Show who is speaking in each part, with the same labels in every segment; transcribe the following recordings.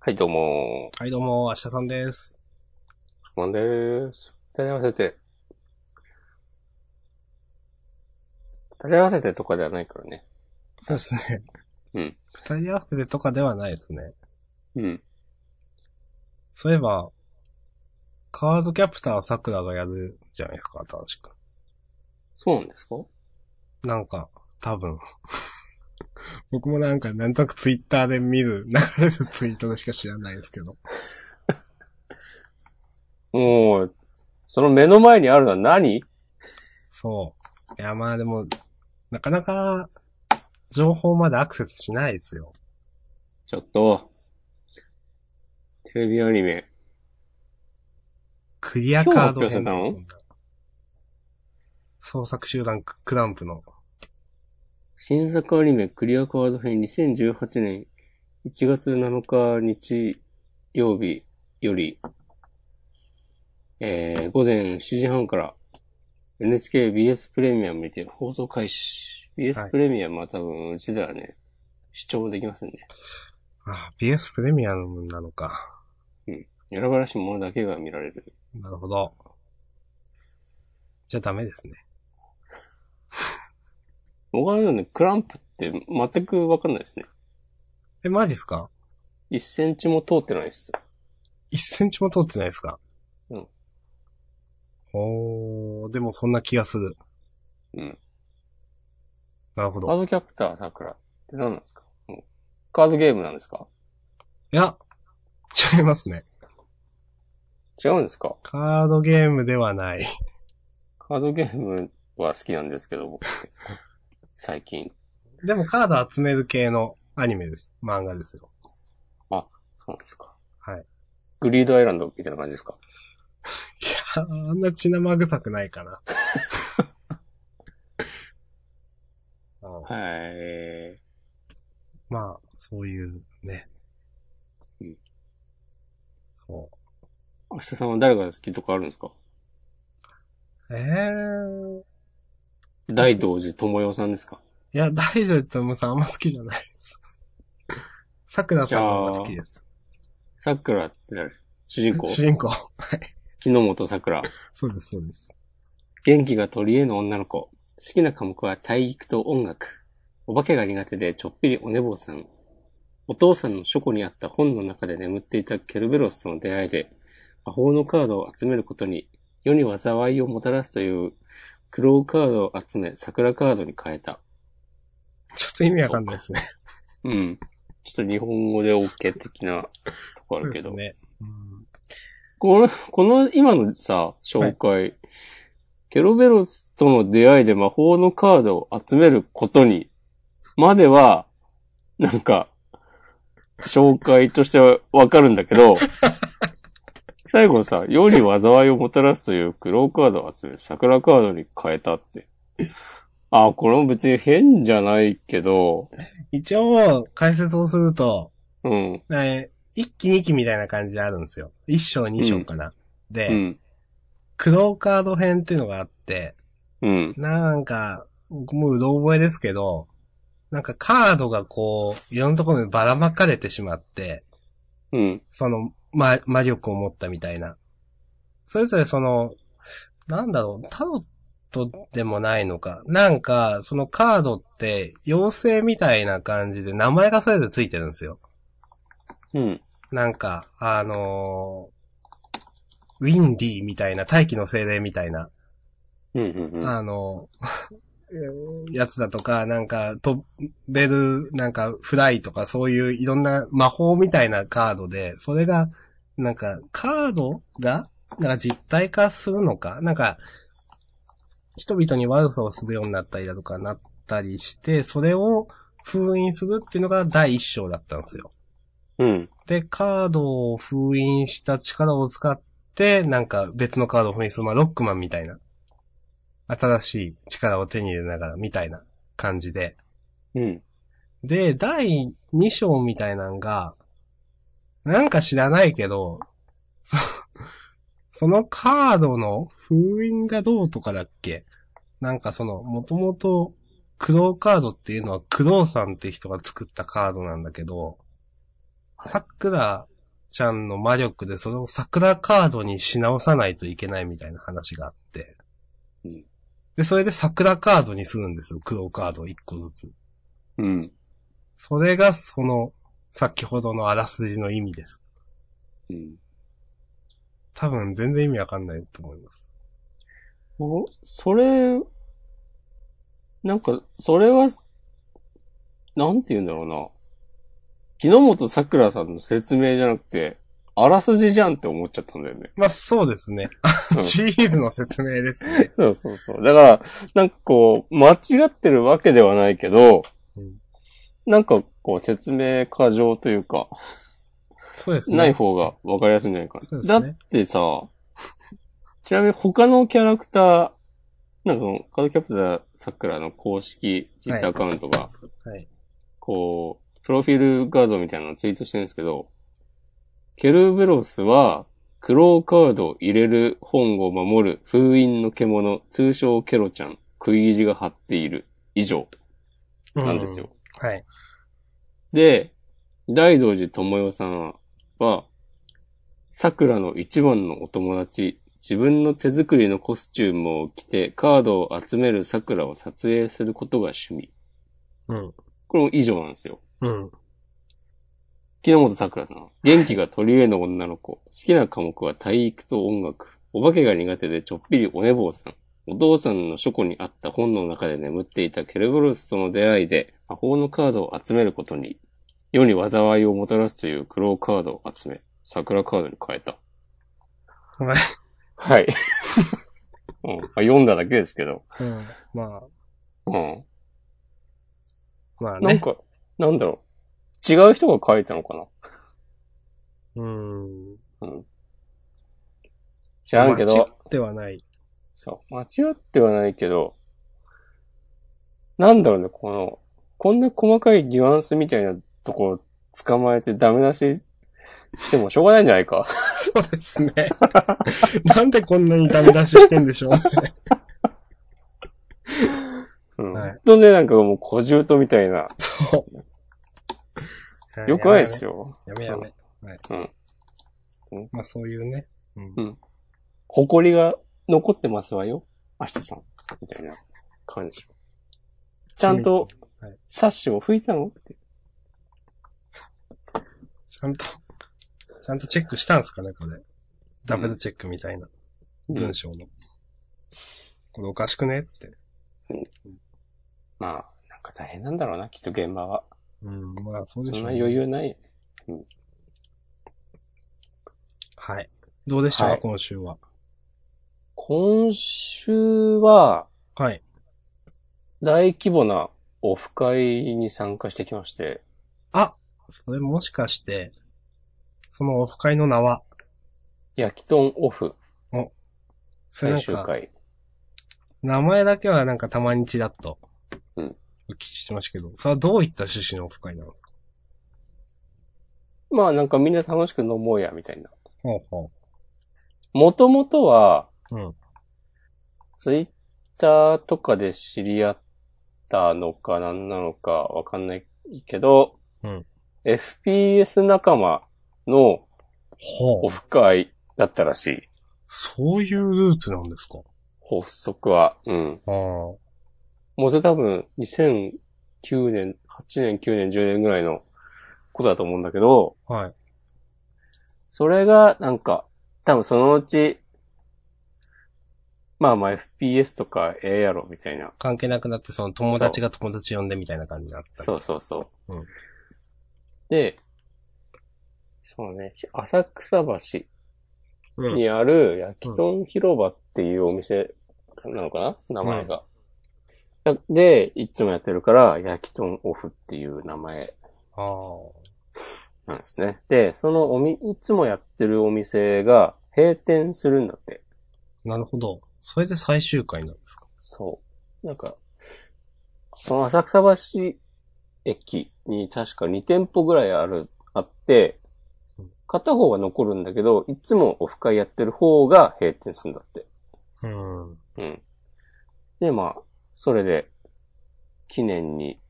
Speaker 1: はい、どうも
Speaker 2: はい、どうも、明日さんです。
Speaker 1: ー。マンでーす。二人合わせて。二人合わせてとかではないからね。
Speaker 2: そうですね。
Speaker 1: うん。
Speaker 2: 二人合わせてとかではないですね。
Speaker 1: うん。
Speaker 2: そういえば、カードキャプター桜がやるじゃないですか、新しく。
Speaker 1: そうなんですか
Speaker 2: なんか、多分。 僕もなんか、なんとなくツイッターで見る、流れるツイートでしか知らないですけど。
Speaker 1: もう、その目の前にあるのは何
Speaker 2: そう。いや、まあでも、なかなか、情報までアクセスしないですよ。
Speaker 1: ちょっと。テレビアニメ。
Speaker 2: クリアカード
Speaker 1: 今日発表され
Speaker 2: 創作集団クランプの。
Speaker 1: 新作アニメクリアカード編2018年1月7日日曜日より、えー、午前7時半から NHKBS プレミアムにて放送開始。
Speaker 2: は
Speaker 1: BS
Speaker 2: い
Speaker 1: プレミアムは多分うちではね、視聴できませんね。
Speaker 2: ああ、BS プレミアムなのか。
Speaker 1: 選ばれし者だけが見られる。
Speaker 2: なるほど。じゃあダメですね。
Speaker 1: 僕はね、クランプって全くわかんないですね。
Speaker 2: え、マジっすか
Speaker 1: 1センチも通ってないです。
Speaker 2: ?1 センチも通ってないですか
Speaker 1: うん。
Speaker 2: おー、でもそんな気がする。
Speaker 1: うん。
Speaker 2: なるほ
Speaker 1: カー
Speaker 2: ど。
Speaker 1: ドキャプター桜って何なんですかもうカードゲームなんですか
Speaker 2: いや、違いますね。
Speaker 1: 違うんですか
Speaker 2: カードゲームではない。
Speaker 1: カードゲームは好きなんですけど、 僕最近。
Speaker 2: でもカード集める系のアニメです。漫画ですよ。
Speaker 1: そうなんですか。
Speaker 2: はい。
Speaker 1: グリードアイランドみたいな感じですか
Speaker 2: いやー、あんな血生臭くないか な。うん
Speaker 1: はい。
Speaker 2: まあ、そういうね。
Speaker 1: うん
Speaker 2: そ
Speaker 1: 明日さんは誰が好きとかあるんですか
Speaker 2: う。ええー。
Speaker 1: 大道寺智代さんですか
Speaker 2: いや、大丈夫ともさんあんま好きじゃないです。桜さんの方が好きです。
Speaker 1: 桜って誰主人公
Speaker 2: 主人公。
Speaker 1: 木之本桜。
Speaker 2: そうです、そうです。
Speaker 1: 元気が取り柄の女の子。好きな科目は体育と音楽。お化けが苦手でちょっぴりお寝坊さん。お父さんの書庫にあった本の中で眠っていたケルベロスとの出会いで、魔法のカードを集めることに世に災いをもたらすという黒カードを集め桜カードに変えた。
Speaker 2: ちょっと意味わかんないですね。
Speaker 1: うん。ちょっと日本語で OK 的なとこあ
Speaker 2: そう
Speaker 1: る
Speaker 2: で
Speaker 1: け
Speaker 2: す
Speaker 1: ど。
Speaker 2: ね。うん
Speaker 1: この、この今のさ、紹介、ケロベロスとの出会いで魔法のカードを集めることに、までは、なんか、紹介としてはわかるんだけど、最後のさ、世に災いをもたらすというクローカードを集める桜カードに変えたって。あ、これも別に変じゃないけど、
Speaker 2: 一応、解説をすると、
Speaker 1: うん、
Speaker 2: ね一期二期みたいな感じであるんですよ。一章二章かな。で、
Speaker 1: うん、
Speaker 2: クローカード編っていうのがあって、
Speaker 1: うん、
Speaker 2: なんか、僕もうろ覚えですけど、なんかカードがこう、いろんなところにばらまかれてしまって、
Speaker 1: うん、
Speaker 2: その、ま、魔力を持ったみたいな。それぞれその、なんだろう、タロットでもないのか。なんか、そのカードって、妖精みたいな感じで名前がそれぞれついてるんですよ。
Speaker 1: うん、
Speaker 2: なんか、あのーウィンディーみたいな、大気の精霊みたいな。
Speaker 1: うん、うん、うん
Speaker 2: あの、 えーやつだとか、なんか、飛べる、なんか、フライとか、そういういろんな魔法みたいなカードで、それが、なんか、カードが、なんか実体化するのかなんか、人々に悪さをするようになったりだとかなったりして、それを封印するっていうのが第一章だったんですよ。
Speaker 1: うん、
Speaker 2: で、カードを封印した力を使って、なんか別のカードを封印する、まあ、ロックマンみたいな。新しい力を手に入れながら、みたいな感じで。
Speaker 1: うん、
Speaker 2: で、第2章みたいなのが、なんか知らないけど、そそのカードの封印がどうとかだっけなんかその、もともと、クローカードっていうのはクローさんって人が作ったカードなんだけど、さくらちゃんの魔力でそれを桜カードにし直さないといけないみたいな話があって。
Speaker 1: うん
Speaker 2: で、それで桜カードにするんですよ。黒カード1個ずつ。
Speaker 1: うん。
Speaker 2: それがその、先ほどのあらすじの意味です。
Speaker 1: うん。
Speaker 2: 多分全然意味わかんないと思います。
Speaker 1: おそれ、なんか、それは、なんて言うんだろうな。木之本桜さんの説明じゃなくて、あらすじじゃんって思っちゃったんだよね。
Speaker 2: まあそうですね。
Speaker 1: うん
Speaker 2: シリーズの説明ですね。
Speaker 1: そうそうそう。だから、なんかこう、間違ってるわけではないけど、
Speaker 2: うん
Speaker 1: なんかこう、説明過剰というか、
Speaker 2: そうですね。
Speaker 1: ない方がわかりやすいんじゃないか
Speaker 2: そうです
Speaker 1: な。
Speaker 2: ね
Speaker 1: だってさ、 ちなみに他のキャラクター、なんかそのカードキャプター桜の公式ツイッターアカウントが、
Speaker 2: はい。
Speaker 1: こう、プロフィール画像みたいなのをツイートしてるんですけど、ケルベロスは、クローカードを入れる本を守る封印の獣、通称ケロちゃん、食い意地が張っている、以上なんですよ。
Speaker 2: うん。はい。
Speaker 1: で、大道寺智代さんは、桜の一番のお友達、自分の手作りのコスチュームを着て、カードを集める桜を撮影することが趣味。
Speaker 2: うん。
Speaker 1: これも以上なんですよ。
Speaker 2: うん。
Speaker 1: 木之本桜さん。元気が取り柄の女の子。好きな科目は体育と音楽。お化けが苦手でちょっぴりお寝坊さん。お父さんの書庫にあった本の中で眠っていたケルブロスとの出会いで魔法のカードを集めることに、世に災いをもたらすという苦労カードを集め、桜カードに変えた。
Speaker 2: はい。
Speaker 1: はい。うん。まあ読んだだけですけど。
Speaker 2: うん。ま
Speaker 1: うん。
Speaker 2: あ、まあ
Speaker 1: なん
Speaker 2: ね。
Speaker 1: か、なんだろう。違う人が書いたのかな
Speaker 2: うん。
Speaker 1: 知らんけど。
Speaker 2: 間違ってはない。
Speaker 1: そう。間違ってはないけど、なんだろうね、この、こんな細かいニュアンスみたいなところ捕まえてダメ出ししてもしょうがないんじゃない か。
Speaker 2: そうですね。 なんでこんなにダメ出ししてんでしょう。
Speaker 1: うん。
Speaker 2: はい
Speaker 1: ほんとね、なんかもう小獣とみたいな。
Speaker 2: そう。
Speaker 1: よくないですよ。
Speaker 2: やめやめ。はい。
Speaker 1: うん
Speaker 2: まあそういうね。うん
Speaker 1: うん誇りが残ってますわよ。明日さん。みたいな感じ。ちゃんと
Speaker 2: はい、
Speaker 1: サッシを拭いたのって。
Speaker 2: ちゃんと、ちゃんとチェックしたんですかね、これ。ダブルチェックみたいな文章の。これおかしくねって。
Speaker 1: まあ、なんか大変なんだろうな、きっと現場は。
Speaker 2: うん、まあそうで
Speaker 1: そ
Speaker 2: しょ
Speaker 1: ん
Speaker 2: う、
Speaker 1: な余裕ない。
Speaker 2: はい。どうでしたか、
Speaker 1: はい
Speaker 2: 今週は。
Speaker 1: 今週は、
Speaker 2: はい。
Speaker 1: 大規模なオフ会に参加してきまして、
Speaker 2: あそれもしかして、そのオフ会の名は、
Speaker 1: 焼き豚オフ
Speaker 2: それ
Speaker 1: 最
Speaker 2: なん
Speaker 1: 終
Speaker 2: か、
Speaker 1: 回。
Speaker 2: 名前だけはなんかたまにちらっと、
Speaker 1: うん
Speaker 2: お聞きしてましたけど、それはどういった趣旨のオフ会なんですか
Speaker 1: まあなんかみんな楽しく飲もうや、みたいな。
Speaker 2: ほうほ
Speaker 1: もともとは、
Speaker 2: うん
Speaker 1: ツイッターとかで知り合ったのかなんなのかわかんないけど、
Speaker 2: うん
Speaker 1: FPS 仲間の
Speaker 2: う。ほ
Speaker 1: オ
Speaker 2: う。
Speaker 1: フ会だったらしい。
Speaker 2: そういうルーツなんですか
Speaker 1: 発足は。うん。
Speaker 2: ああ。
Speaker 1: もうそれ多分2009年、8年、9年、10年ぐらいのことだと思うんだけど、
Speaker 2: はい。
Speaker 1: それがなんか、多分そのうち、まあまあ FPS とかええやろみたいな。
Speaker 2: 関係なくなって、その友達が友達呼んでみたいな感じになった。
Speaker 1: そうそうそう。
Speaker 2: うん
Speaker 1: で、そうね、浅草橋
Speaker 2: うん。
Speaker 1: にある焼き豚広場っていうお店なのかな名前が。で、いつもやってるから、焼き豚オフっていう名前
Speaker 2: ああ。
Speaker 1: なんですね。で、そのおみ、いつもやってるお店が閉店するんだって。
Speaker 2: なるほど。それで最終回なんですか
Speaker 1: そう。なんか、その浅草橋駅に確か2店舗ぐらいある、あって
Speaker 2: うん、
Speaker 1: 片方は残るんだけど、いつもオフ会やってる方が閉店するんだって。
Speaker 2: うん。
Speaker 1: うん。で、まあ、それで、記念に、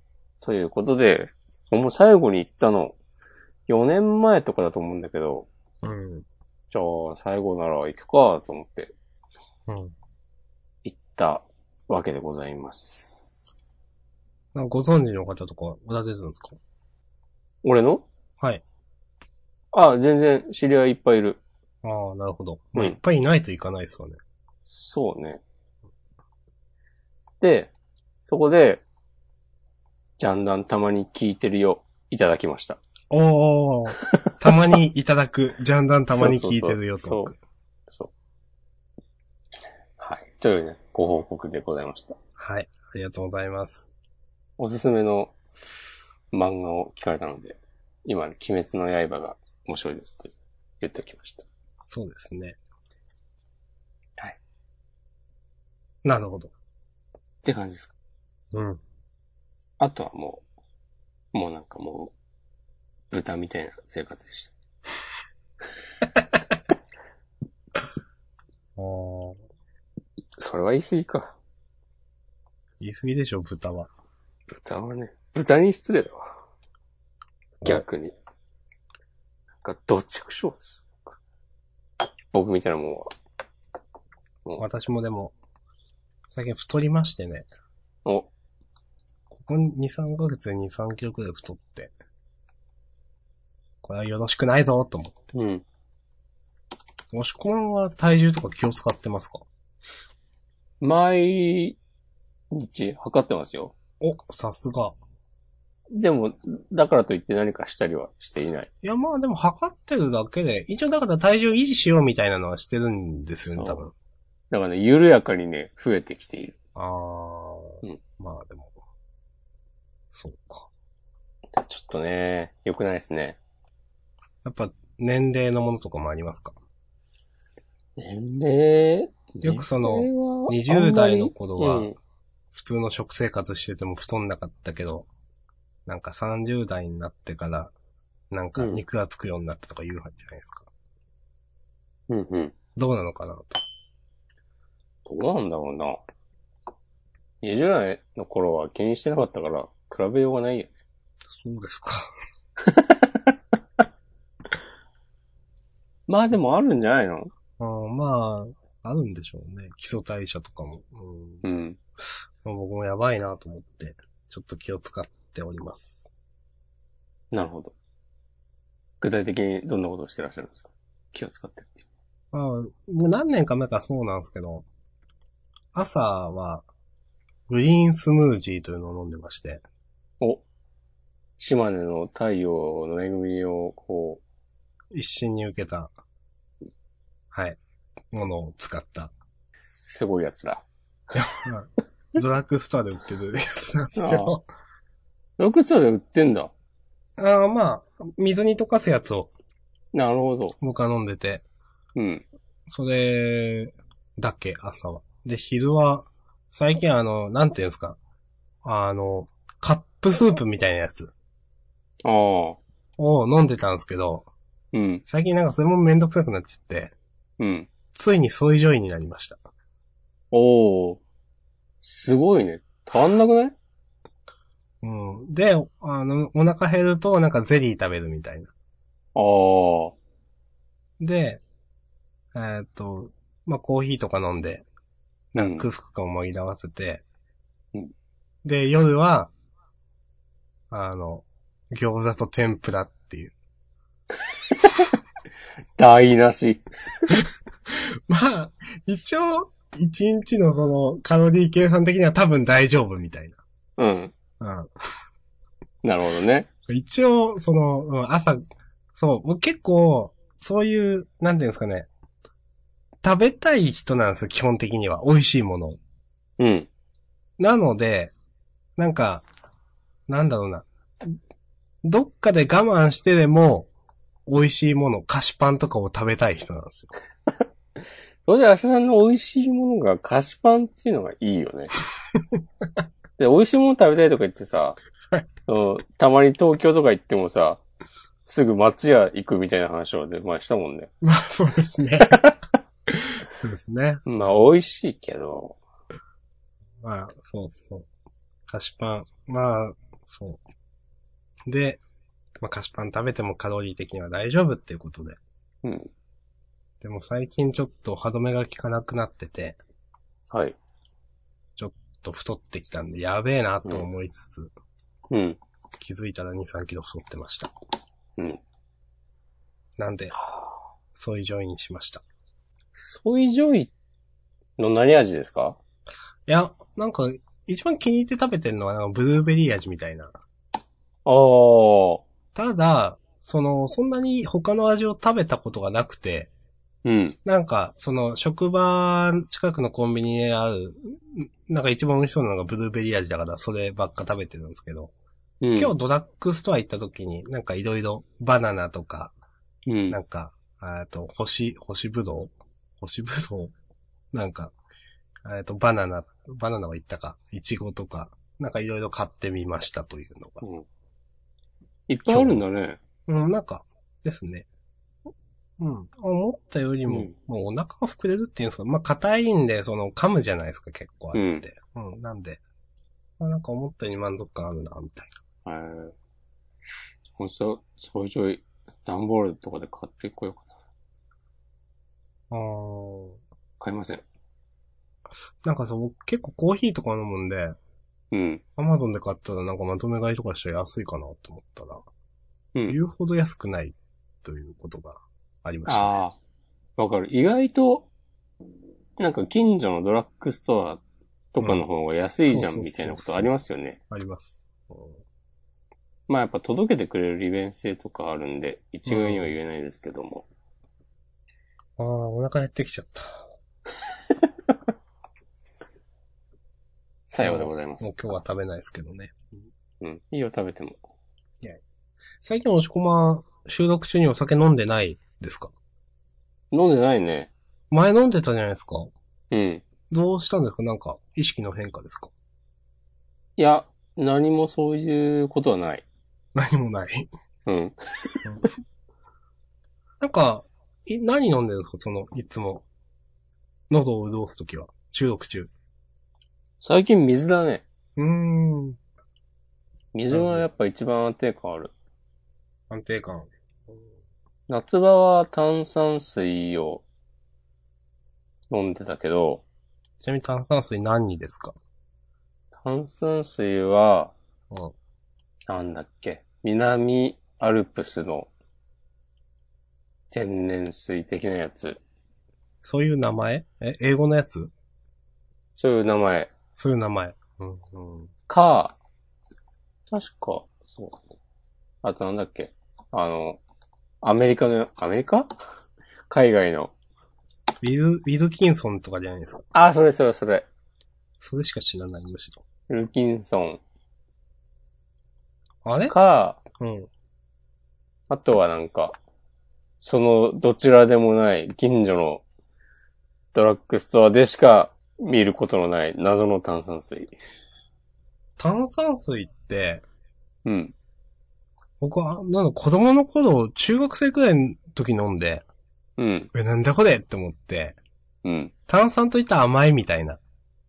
Speaker 1: ということで、もう最後に行ったの、 4年前とかだと思うんだけど、
Speaker 2: うん。
Speaker 1: じゃあ最後なら行くかと思って
Speaker 2: うん
Speaker 1: 行ったわけでございます。
Speaker 2: なんかご存知の方とか、おられるんですか
Speaker 1: 俺の
Speaker 2: はい。
Speaker 1: あ、全然知り合いいっぱいいる。
Speaker 2: ああ、なるほど。まあ、
Speaker 1: うん
Speaker 2: いっぱいいないといかないですよね。
Speaker 1: そうね。で、そこで、ジャンダンたまに聞いてるよ、いただきました。
Speaker 2: おお たまにいただく、ジャンダンたまに聞いてるよ
Speaker 1: そうそう
Speaker 2: と
Speaker 1: そう。はい。というね、ご報告でございました。
Speaker 2: はい。ありがとうございます。
Speaker 1: おすすめの漫画を聞かれたので、今、鬼滅の刃が面白いですって言っておきました。
Speaker 2: そうですね。
Speaker 1: はい。
Speaker 2: なるほど。
Speaker 1: って感じですか。
Speaker 2: うん。
Speaker 1: あとはもう、もうなんかもう、豚みたいな生活でした。
Speaker 2: ああ。
Speaker 1: それは言い過ぎか。
Speaker 2: 言い過ぎでしょ、豚は。
Speaker 1: 豚はね、豚に失礼だわ。逆に。なんか、どっちくしょうです。僕みたいなもんは。
Speaker 2: 私もでも、最近太りましてね。
Speaker 1: お、
Speaker 2: ここ2、3ヶ月で2、3キロくらい太って。これはよろしくないぞ、と思って。
Speaker 1: うん。
Speaker 2: もしこまんは体重とか気を使ってますか
Speaker 1: 毎日測ってますよ。
Speaker 2: お、さすが。
Speaker 1: でも、だからといって何かしたりはしていない。
Speaker 2: いや、まあでも測ってるだけで、一応だから体重維持しようみたいなのはしてるんですよね、
Speaker 1: そ
Speaker 2: 多
Speaker 1: う
Speaker 2: 分。
Speaker 1: だからね、緩やかにね、増えてきている。
Speaker 2: ああ、
Speaker 1: うん
Speaker 2: まあでも。そうか。
Speaker 1: ちょっとね、良くないですね。
Speaker 2: やっぱ、年齢のものとかもありますか
Speaker 1: 年齢
Speaker 2: よくその
Speaker 1: の
Speaker 2: 20代の頃は
Speaker 1: うん、
Speaker 2: 普通の食生活してても太んなかったけど、なんか30代になってから、なんか
Speaker 1: うん
Speaker 2: 肉がつくようになったとか言うじゃないですか。
Speaker 1: うんうん。
Speaker 2: どうなのかなと。
Speaker 1: どうなんだろうな。20代の頃は気にしてなかったから、比べようがないよね。
Speaker 2: そうですか。
Speaker 1: まあでもあるんじゃないの
Speaker 2: うん、まあ、あるんでしょうね。基礎代謝とかも。うん
Speaker 1: うん。
Speaker 2: まあ僕もやばいなと思って、ちょっと気を使っております。
Speaker 1: なるほど。具体的にどんなことをしてらっしゃるんですか気を使ってっていう。
Speaker 2: まあ、もう何年か前からそうなんですけど、朝は、グリーンスムージーというのを飲んでまして、
Speaker 1: お、島根の太陽の恵みを、こ
Speaker 2: 一心に受けた、はい、ものを使った、
Speaker 1: う、すごいやつだ。
Speaker 2: まあドラッグストアで売ってるやつなんですけど、
Speaker 1: ロックスターで売ってんだ。
Speaker 2: ああーまあ、水に溶かすやつを
Speaker 1: なるほど。
Speaker 2: 僕は飲んでて、
Speaker 1: うん。
Speaker 2: それだけ、朝は。で、昼は、最近あの、なんていうんですか。あの、カップスープみたいなやつ
Speaker 1: ああ。
Speaker 2: を飲んでたんですけど、
Speaker 1: うん。
Speaker 2: 最近なんかそれもめんどくさくなっちゃって、
Speaker 1: うん。
Speaker 2: ついにソイジョイになりました。
Speaker 1: おー。すごいね。足んなくない
Speaker 2: うん。で、あの、お腹減るとなんかゼリー食べるみたいな。
Speaker 1: ああ。
Speaker 2: で、えーっと、まあ、コーヒーとか飲んで、
Speaker 1: なん
Speaker 2: 空腹感を紛らわせて、
Speaker 1: うん
Speaker 2: で、夜は、あの、餃子と天ぷらっていう。
Speaker 1: 台無し。
Speaker 2: まあ、一応、一日のその、カロリー計算的には多分大丈夫みたい
Speaker 1: うん。
Speaker 2: な。
Speaker 1: なるほどね。
Speaker 2: うん。一応、その、うん朝、そう、僕結構、そういう、なんていうんですかね、食べたい人なんですよ、基本的には。美味しいものを
Speaker 1: うん。
Speaker 2: なので、なんか、なんだろうな。どっかで我慢してでも、美味しいもの、菓子パンとかを食べたい人なんですよ。
Speaker 1: それで、明日さんの美味しいものが菓子パンっていうのがいいよね。 で、美味しいもの食べたいとか言ってさ、うんたまに東京とか行ってもさ、すぐ松屋行くみたいな話をね前したもんね。
Speaker 2: まあ、そうですね。 そうですね。
Speaker 1: まあ、美味しいけど、
Speaker 2: まあ、そうそう。菓子パン。まあ、そう。で、まあ菓子パン食べてもカロリー的には大丈夫っていうことで。
Speaker 1: うん。
Speaker 2: でも最近ちょっと歯止めが効かなくなってて、
Speaker 1: はい。
Speaker 2: ちょっと太ってきたんで、やべえなと思いつつ、
Speaker 1: うん。
Speaker 2: 気づいたら2、3キロ太ってました。
Speaker 1: うん。
Speaker 2: なんで、そういうジョインしました。
Speaker 1: ソイジョイの何味ですか
Speaker 2: いや、なんか、一番気に入って食べてるのは、なんかブルーベリー味みたいな。
Speaker 1: ああ。
Speaker 2: ただ、その、そんなに他の味を食べたことがなくて、
Speaker 1: うん。
Speaker 2: なんか、その、職場近くのコンビニにある、んなんか一番美味しそうなのがブルーベリー味だから、そればっか食べてるんですけど、
Speaker 1: うん
Speaker 2: 今日、ドラッグストア行った時に、なんかいろいろバナナとか、
Speaker 1: うん
Speaker 2: な。んか、あと、星、星ぶどう星ぶどう なんか、えっと、バナナ、バナナは言ったか、いちごとか、なんかいろいろ買ってみましたというのが。
Speaker 1: うんいっぱいあるんだね。
Speaker 2: うん、なんか、ですね。うん。思ったよりも、
Speaker 1: うん
Speaker 2: もうお腹が膨れるっていうんですか、まあ硬いんで、その噛むじゃないですか、結構あって。うん、なんで、まあなんか思ったより満足感あるな、みたい
Speaker 1: へえ。もうちょ、ソイジョイ、段ボールとかで買ってこようかな。
Speaker 2: な。あー
Speaker 1: 買いません。
Speaker 2: なんかそう、僕結構コーヒーとか飲むんで、
Speaker 1: うん。
Speaker 2: アマゾンで買ったらなんかまとめ買いとかしたら安いかなと思ったら、
Speaker 1: うん。
Speaker 2: 言うほど安くないということがありました、ね。
Speaker 1: ああ。わかる。意外と、なんか近所のドラッグストアとかの方が安いじゃ
Speaker 2: うんん
Speaker 1: みたいなことありますよね。
Speaker 2: あります。うん
Speaker 1: まあやっぱ届けてくれる利便性とかあるんで、一概には言えないですけども。
Speaker 2: ああ、お腹減ってきちゃった。
Speaker 1: さようでございま
Speaker 2: も
Speaker 1: す
Speaker 2: う。今日は食べないですけどね。
Speaker 1: うん。いいよ、食べても。
Speaker 2: 最近押し込ま、収録中にお酒飲んでないですか
Speaker 1: 飲んでないね。
Speaker 2: 前飲んでたじゃないですか。
Speaker 1: うん。
Speaker 2: どうしたんですかなんか、意識の変化ですか
Speaker 1: いや、何もそういうことはない。
Speaker 2: 何もない。
Speaker 1: うん。
Speaker 2: なんか、い何飲んでるんですかその、いつも。喉を潤すときは。収録中。
Speaker 1: 最近水だね。
Speaker 2: うーん。
Speaker 1: 水はやっぱ一番安定感ある。
Speaker 2: 安定感。
Speaker 1: 夏場は炭酸水を飲んでたけど、
Speaker 2: ちなみに炭酸水何にですか
Speaker 1: 炭酸水は、
Speaker 2: うん。
Speaker 1: なんだっけ、南アルプスの天然水的なやつ。
Speaker 2: そういう名前え、英語のやつ
Speaker 1: そういう名前。
Speaker 2: そういう名前。うん、うん。
Speaker 1: か、確か、そうだね。あとなんだっけ、あの、アメリカの、アメリカ 海外の。
Speaker 2: ウィル、ウィルキンソンとかじゃないですか。
Speaker 1: あ、それそれそれ。
Speaker 2: それしか知らない、むしろ。
Speaker 1: ルキンソ
Speaker 2: あれ
Speaker 1: ンか、
Speaker 2: うん。
Speaker 1: あとはなんか、そのどちらでもない近所のドラッグストアでしか見ることのない謎の炭酸水。
Speaker 2: 炭酸水って、
Speaker 1: うん。
Speaker 2: 僕は、なんだ、子供の頃、中学生くらいの時飲んで、
Speaker 1: うん。
Speaker 2: え、なんだこれって思って、
Speaker 1: うん。
Speaker 2: 炭酸といったら甘いみたいな、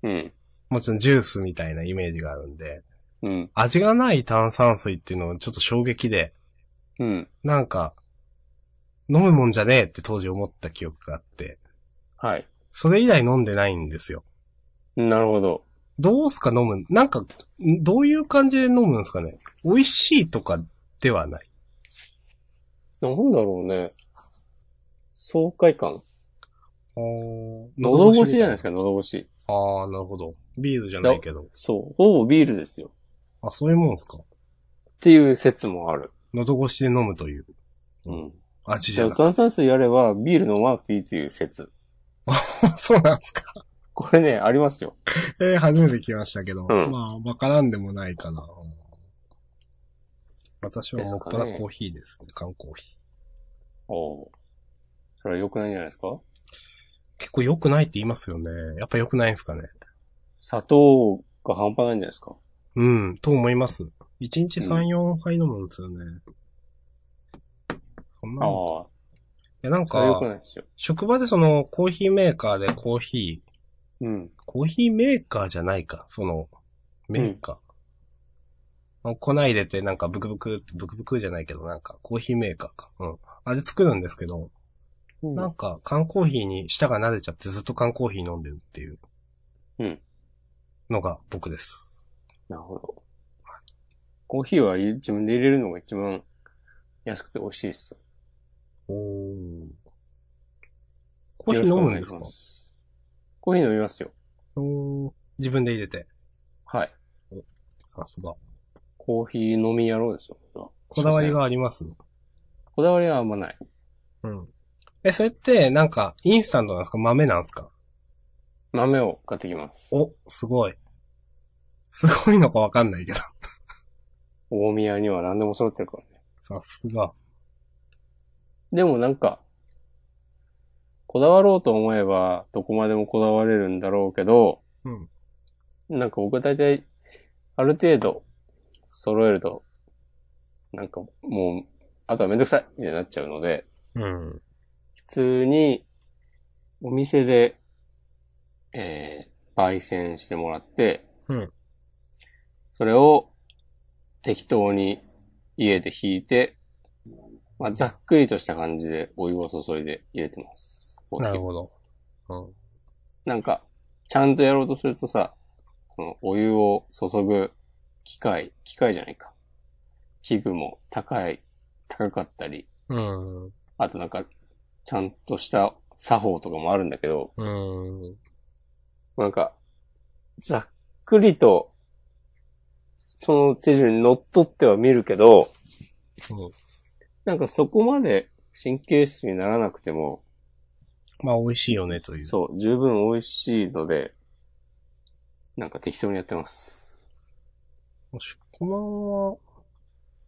Speaker 1: うん。
Speaker 2: もちろんジュースみたいなイメージがあるんで、
Speaker 1: うん。
Speaker 2: 味がない炭酸水っていうのはちょっと衝撃で、
Speaker 1: うん。
Speaker 2: なんか、飲むもんじゃねえって当時思った記憶があって、
Speaker 1: はい。
Speaker 2: それ以来飲んでないんですよ。
Speaker 1: なるほど。
Speaker 2: どうすか飲むなんか、んどういう感じで飲むんですかね美味しいとかではない。
Speaker 1: なんだろうね。爽快感。喉
Speaker 2: 喉
Speaker 1: 越しじゃないです
Speaker 2: か。
Speaker 1: か、喉越し。
Speaker 2: ああ、なるほど。ビールじゃないけど。
Speaker 1: そう。ほぼビールですよ。
Speaker 2: あ、そういうもんですか。
Speaker 1: っていう説もある。
Speaker 2: 喉越しで飲むという
Speaker 1: うん。
Speaker 2: 味じ
Speaker 1: じゃ
Speaker 2: ゃ
Speaker 1: あ
Speaker 2: なく
Speaker 1: 炭酸水やればビール飲まなくていいっていう説。
Speaker 2: そうなんですか。
Speaker 1: これね、ありますよ。
Speaker 2: えー初めて聞きましたけど。
Speaker 1: うん
Speaker 2: まあ、わからんでもないかな。うん私はもっぱ
Speaker 1: ですかね
Speaker 2: らコーヒーですね。缶コーヒー。
Speaker 1: おーそれは良くないんじゃないですか
Speaker 2: 結構良くないって言いますよね。やっぱ良くないんですかね。
Speaker 1: 砂糖が半端ないんじゃないですか
Speaker 2: うん、と思います。1日
Speaker 1: う
Speaker 2: 3、4杯飲むんですよね。そんな
Speaker 1: ああ、
Speaker 2: の。いや、なん
Speaker 1: それ良
Speaker 2: か
Speaker 1: く、ないですよ。
Speaker 2: 職場でその、コーヒーメーカーでコーヒー、
Speaker 1: うん。
Speaker 2: コーヒーメーカーじゃないか。その、メーカー。あ粉入れてなんかブクブクって、ブクブクじゃないけど、なんかコーヒーメーカーか。うん。あれ作るんですけど、
Speaker 1: うん
Speaker 2: なんか缶コーヒーに舌が慣れちゃってずっと缶コーヒー飲んでるっていう。
Speaker 1: うん。
Speaker 2: のが僕です。
Speaker 1: なるほど。コーヒーは自分で入れるのが一番安くて美味しいです。
Speaker 2: おー。コーヒー飲むんです
Speaker 1: よろしくお願い
Speaker 2: か
Speaker 1: しますコーヒー飲みますよ。
Speaker 2: おー自分で入れて。
Speaker 1: はい。
Speaker 2: さすが。
Speaker 1: コーヒー飲み野郎ですよ。僕は
Speaker 2: こだわり。があります
Speaker 1: こだわりはあんまない。
Speaker 2: うん。え、それって、なんか、インスタントなんですか豆なんですか
Speaker 1: 豆を買ってきます。
Speaker 2: お、すごい。すごいのかわかんないけど。
Speaker 1: 大宮には何でも揃ってるからね。
Speaker 2: さすが。
Speaker 1: でもなんか、こだわろうと思えば、どこまでもこだわれるんだろうけど、
Speaker 2: うん。
Speaker 1: なんか僕は大体、ある程度、揃えると、なんかもう、あとはめんどくさいみたいになっちゃうので、
Speaker 2: うん。
Speaker 1: 普通に、お店で、えー、焙煎してもらって、
Speaker 2: うん
Speaker 1: それを、適当に家で引いて、まあ、ざっくりとした感じでお湯を注いで入れてます。
Speaker 2: なるほど。うん。
Speaker 1: なんか、ちゃんとやろうとするとさ、そのお湯を注ぐ機械、機械じゃないか。器具も高い、高かったり、
Speaker 2: うん。う
Speaker 1: あとなんか、ちゃんとした作法とかもあるんだけど、
Speaker 2: ん。
Speaker 1: なんか、ざっくりと、その手順に則っとっては見るけど、なんかそこまで神経質にならなくても、
Speaker 2: まあ、美味しいよね、という。
Speaker 1: そう、十分美味しいので、なんか適当にやってます。
Speaker 2: う。しこまんは、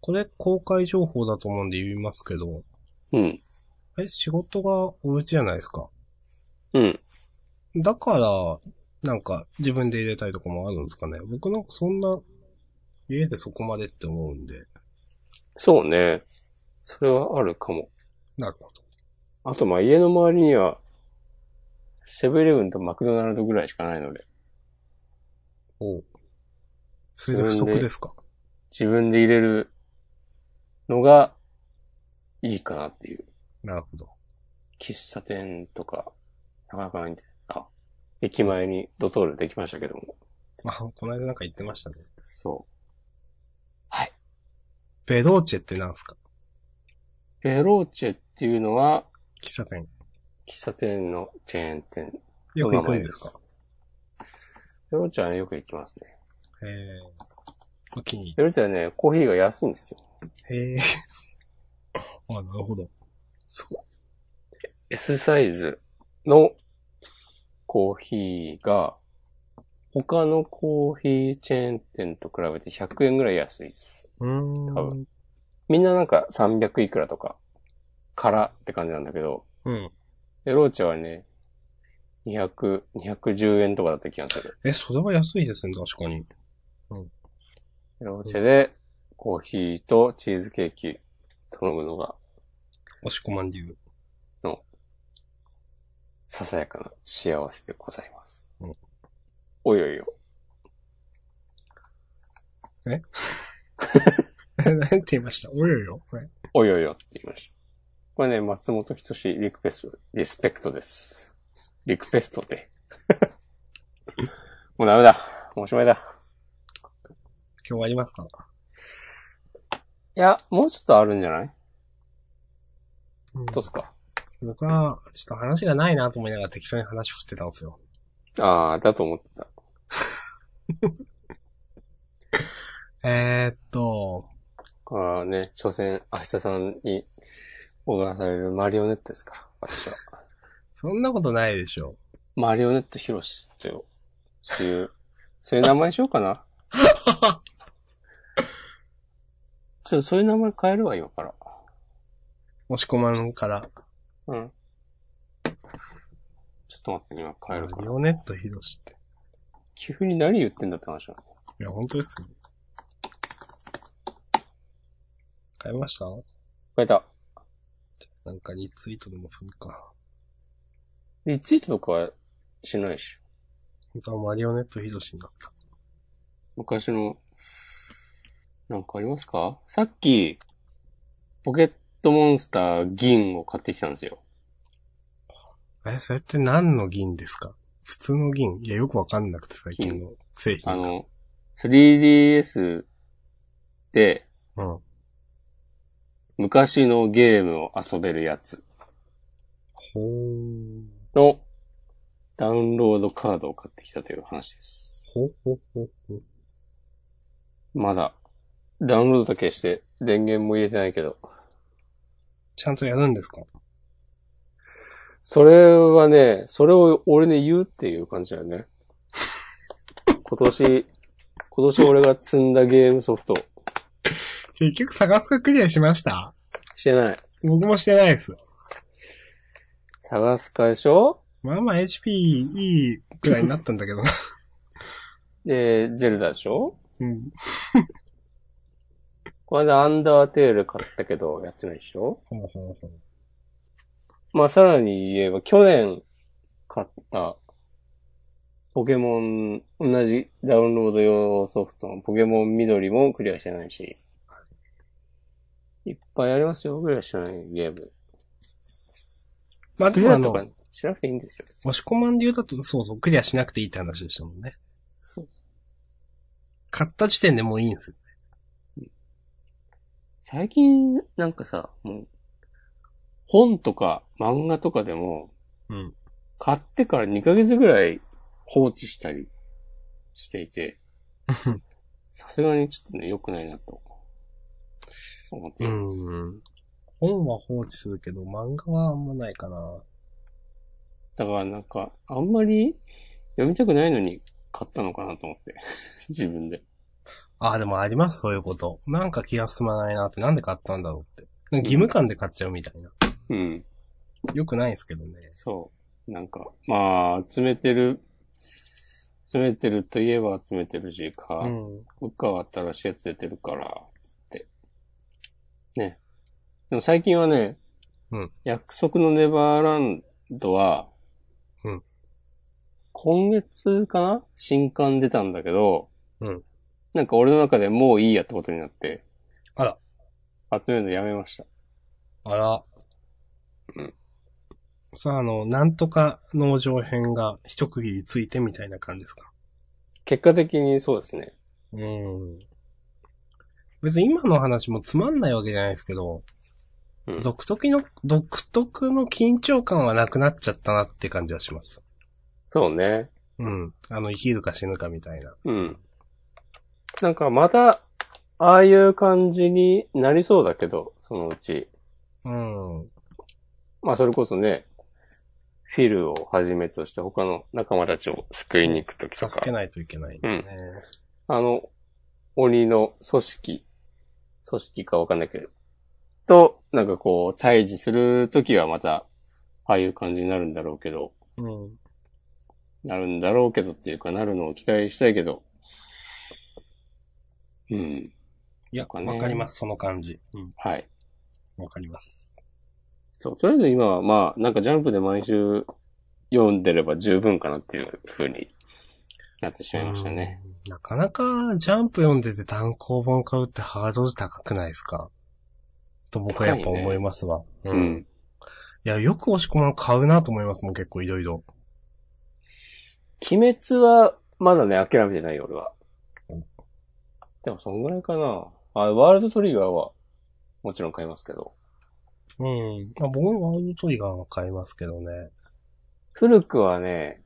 Speaker 2: これ公開情報だと思うんで言いますけど、
Speaker 1: うん。
Speaker 2: え、仕事がお家じゃないですか。
Speaker 1: うん。
Speaker 2: だから、なんか自分で入れたいとかもあるんですかね。僕なんかそんな、家でそこまでって思うんで。
Speaker 1: そうね。それはあるかも。
Speaker 2: なるほど。
Speaker 1: あと、まあ、家の周りには、セブンイレブンとマクドナルドぐらいしかないので、
Speaker 2: おうそれで不足ですか
Speaker 1: 自分で入れるのがいいかなっていう。
Speaker 2: なるほど。
Speaker 1: 喫茶店とか、なかなかないんで。あ、駅前にドトールできましたけども。
Speaker 2: まあ、この間なんか言ってましたね。
Speaker 1: そう。
Speaker 2: ベローチェってなんですか
Speaker 1: ベローチェっていうのは、
Speaker 2: 喫茶店。
Speaker 1: 喫茶店のチェーン店。
Speaker 2: よく行くんですか
Speaker 1: ベローチェはね、よく行きますね。
Speaker 2: へえ。お気に
Speaker 1: ベローチェはね、コーヒーが安いんですよ。
Speaker 2: 入り。へえ。 あ、なるほど。
Speaker 1: そう。S サイズのコーヒーが、他のコーヒーチェーン店と比べて100円ぐらい安いです。
Speaker 2: うーん。
Speaker 1: 多分。みんななんか300いくらとか、からって感じなんだけど、
Speaker 2: うん。
Speaker 1: エローチェはね、200、210円とかだった気がする。
Speaker 2: え、それは安いですね、確かに。
Speaker 1: エローチェで、コーヒーとチーズケーキ頼むのが、
Speaker 2: おしこまん 流。
Speaker 1: ささやかな幸せでございます。
Speaker 2: うん
Speaker 1: おいおいおい。
Speaker 2: なんて言いましたおよよ。これ
Speaker 1: およよって言いました。これね、松本人志リクペスト、リスペクトです。リクペストで。 もうダメだ。もうおしまいだ。
Speaker 2: 今日ありますか
Speaker 1: いや、もうちょっとあるんじゃない
Speaker 2: うん
Speaker 1: どうっすか
Speaker 2: 僕は、ちょっと話がないなと思いながら適当に話振ってたんですよ。
Speaker 1: ああ、だと思ってた。
Speaker 2: えー、っと、
Speaker 1: これはね、所詮、明日さんに踊らされるマリオネットですから、私は。
Speaker 2: そんなことないでしょ。
Speaker 1: マリオネットヒロシってよ。そういう、そういう名前にしようか な。ちょっとそういう名前変えるわ、今から。
Speaker 2: 押し込まんから。
Speaker 1: うん。ちょっと待って、今変えるから。
Speaker 2: オネットヒロシって。
Speaker 1: 急に何言ってんだって話なの
Speaker 2: いや、本当ですよ。変えました
Speaker 1: 変えた。
Speaker 2: なんかリツイートでもするか。
Speaker 1: リツイートとかはしないし。
Speaker 2: 本当はマリオネットヒロシになった。
Speaker 1: 昔の、なんかありますかさっき、ポケットモンスター銀を買ってきたんですよ。
Speaker 2: え、それって何の銀ですか普通の銀いや、よくわかんなくて最近の製品
Speaker 1: あ
Speaker 2: が。
Speaker 1: の、3DS で
Speaker 2: うん。
Speaker 1: 昔のゲームを遊べるやつ
Speaker 2: ほー。
Speaker 1: のダウンロードカードを買ってきたという話です。
Speaker 2: ほほほほ。
Speaker 1: まだ、ダウンロードだけして電源も入れてないけど。
Speaker 2: ちゃんとやるんですか
Speaker 1: それはね、それを俺に言うっていう感じだよね。今年、今年俺が積んだゲームソフト、
Speaker 2: 結局探すかクリアしました
Speaker 1: してない。
Speaker 2: 僕もしてないです。
Speaker 1: 探すかでしょ
Speaker 2: まあまあ HP いいくらいになったんだけどな。
Speaker 1: で、ゼルダでしょ
Speaker 2: うん。
Speaker 1: この間アンダーテール買ったけど、やってないでしょ
Speaker 2: ほうほうほう。
Speaker 1: まあ、さらに言えば、去年買った、ポケモン、同じダウンロード用ソフトのポケモン緑もクリアしてないし、いっぱいありますよ、クリアしてないゲーム。
Speaker 2: まあ
Speaker 1: ク
Speaker 2: で
Speaker 1: リ
Speaker 2: もあ
Speaker 1: ア
Speaker 2: の
Speaker 1: と、かしなくていいんですよ。
Speaker 2: 押し込まんで言うだと、そうそう、クリアしなくていいって話でしたもんね。
Speaker 1: そう
Speaker 2: 買った時点でもういいんですよ。
Speaker 1: 最近、なんかさ、もう、本とか漫画とかでも、
Speaker 2: うん。
Speaker 1: 買ってから2ヶ月ぐらい放置したりしていて、さすがにちょっとね、良くないなと思っています。
Speaker 2: うん。本は放置するけど、漫画はあんまないかな。
Speaker 1: だからなんか、あんまり読みたくないのに買ったのかなと思って。 自分で。
Speaker 2: ああ、でもあります、そういうこと。なんか気が進まないなって、なんで買ったんだろうって。義務感で買っちゃうみたいな。
Speaker 1: うん。
Speaker 2: よくないですけどね。
Speaker 1: そう。なんか、まあ、集めてる、集めてるといえば集めてるし、か、
Speaker 2: うん。
Speaker 1: 僕は新しいやつ出てるから、つって。ね。でも最近はね、
Speaker 2: うん
Speaker 1: 約束のネバーランドは、
Speaker 2: うん
Speaker 1: 今月かな新刊出たんだけど、
Speaker 2: うん
Speaker 1: なんか俺の中でもういいやってことになって、
Speaker 2: あら。
Speaker 1: 集めるのやめました。
Speaker 2: あら。
Speaker 1: うん。
Speaker 2: さあ、あの、なんとか農場編が一区切りついてみたいな感じですか
Speaker 1: 結果的にそうですね。
Speaker 2: うん。別に今の話もつまんないわけじゃないですけど、
Speaker 1: うん
Speaker 2: 独特の、独特の緊張感はなくなっちゃったなって感じはします。
Speaker 1: そうね。
Speaker 2: うん。あの、生きるか死ぬかみたいな。
Speaker 1: うん。なんかまた、ああいう感じになりそうだけど、そのうち。
Speaker 2: うん。
Speaker 1: まあそれこそね、フィルをはじめとして他の仲間たちを救いに行くときと
Speaker 2: 助け
Speaker 1: か、
Speaker 2: ないといけないんでね。
Speaker 1: あの、鬼の組織、組織かわかんないけど、と、なんかこう、対峙するときはまた、ああいう感じになるんだろうけど、
Speaker 2: うん。
Speaker 1: なるんだろうけどっていうかなるのを期待したいけど、うん、
Speaker 2: いや、
Speaker 1: か
Speaker 2: わ
Speaker 1: ね
Speaker 2: かります、その感じ。うん。
Speaker 1: はい。
Speaker 2: わかります。
Speaker 1: そう、とりあえず今はまあ、なんかジャンプで毎週読んでれば十分かなっていう風になってしまいましたね。
Speaker 2: うん。なかなか、ジャンプ読んでて単行本買うってハードル高くないですかと僕はやっぱ思いますわ。
Speaker 1: う。ん。
Speaker 2: いや、よく押し込まん買うなと思いますもん、結構いろいろ。
Speaker 1: 鬼滅は、まだね、諦めてないよ、俺は
Speaker 2: うん。
Speaker 1: でも、そんぐらいかな。あ、ワールドトリガーは、もちろん買いますけど。
Speaker 2: うん。まあ、僕もワールドトリガーは買いますけどね。
Speaker 1: 古くはね、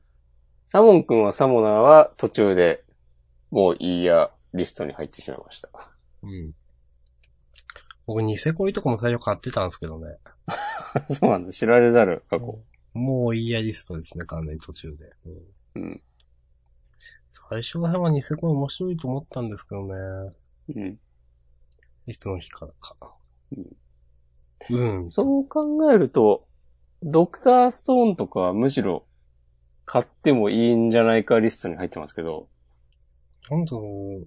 Speaker 1: サモン君はサモナーは途中で、もういいや、リストに入ってしまいました。
Speaker 2: うん。僕、ニセ恋とかも最初買ってたんですけどね。
Speaker 1: そうなんだ、知られざる過去。
Speaker 2: もういいやリストですね、完全に途中で。うん
Speaker 1: うん。
Speaker 2: 最初の辺はニセ恋面白いと思ったんですけどね。
Speaker 1: うん。
Speaker 2: いつの日からか。
Speaker 1: うん
Speaker 2: うん。
Speaker 1: そう考えると、ドクターストーンとかはむしろ、買ってもいいんじゃないかリストに入ってますけど、
Speaker 2: なんだろう。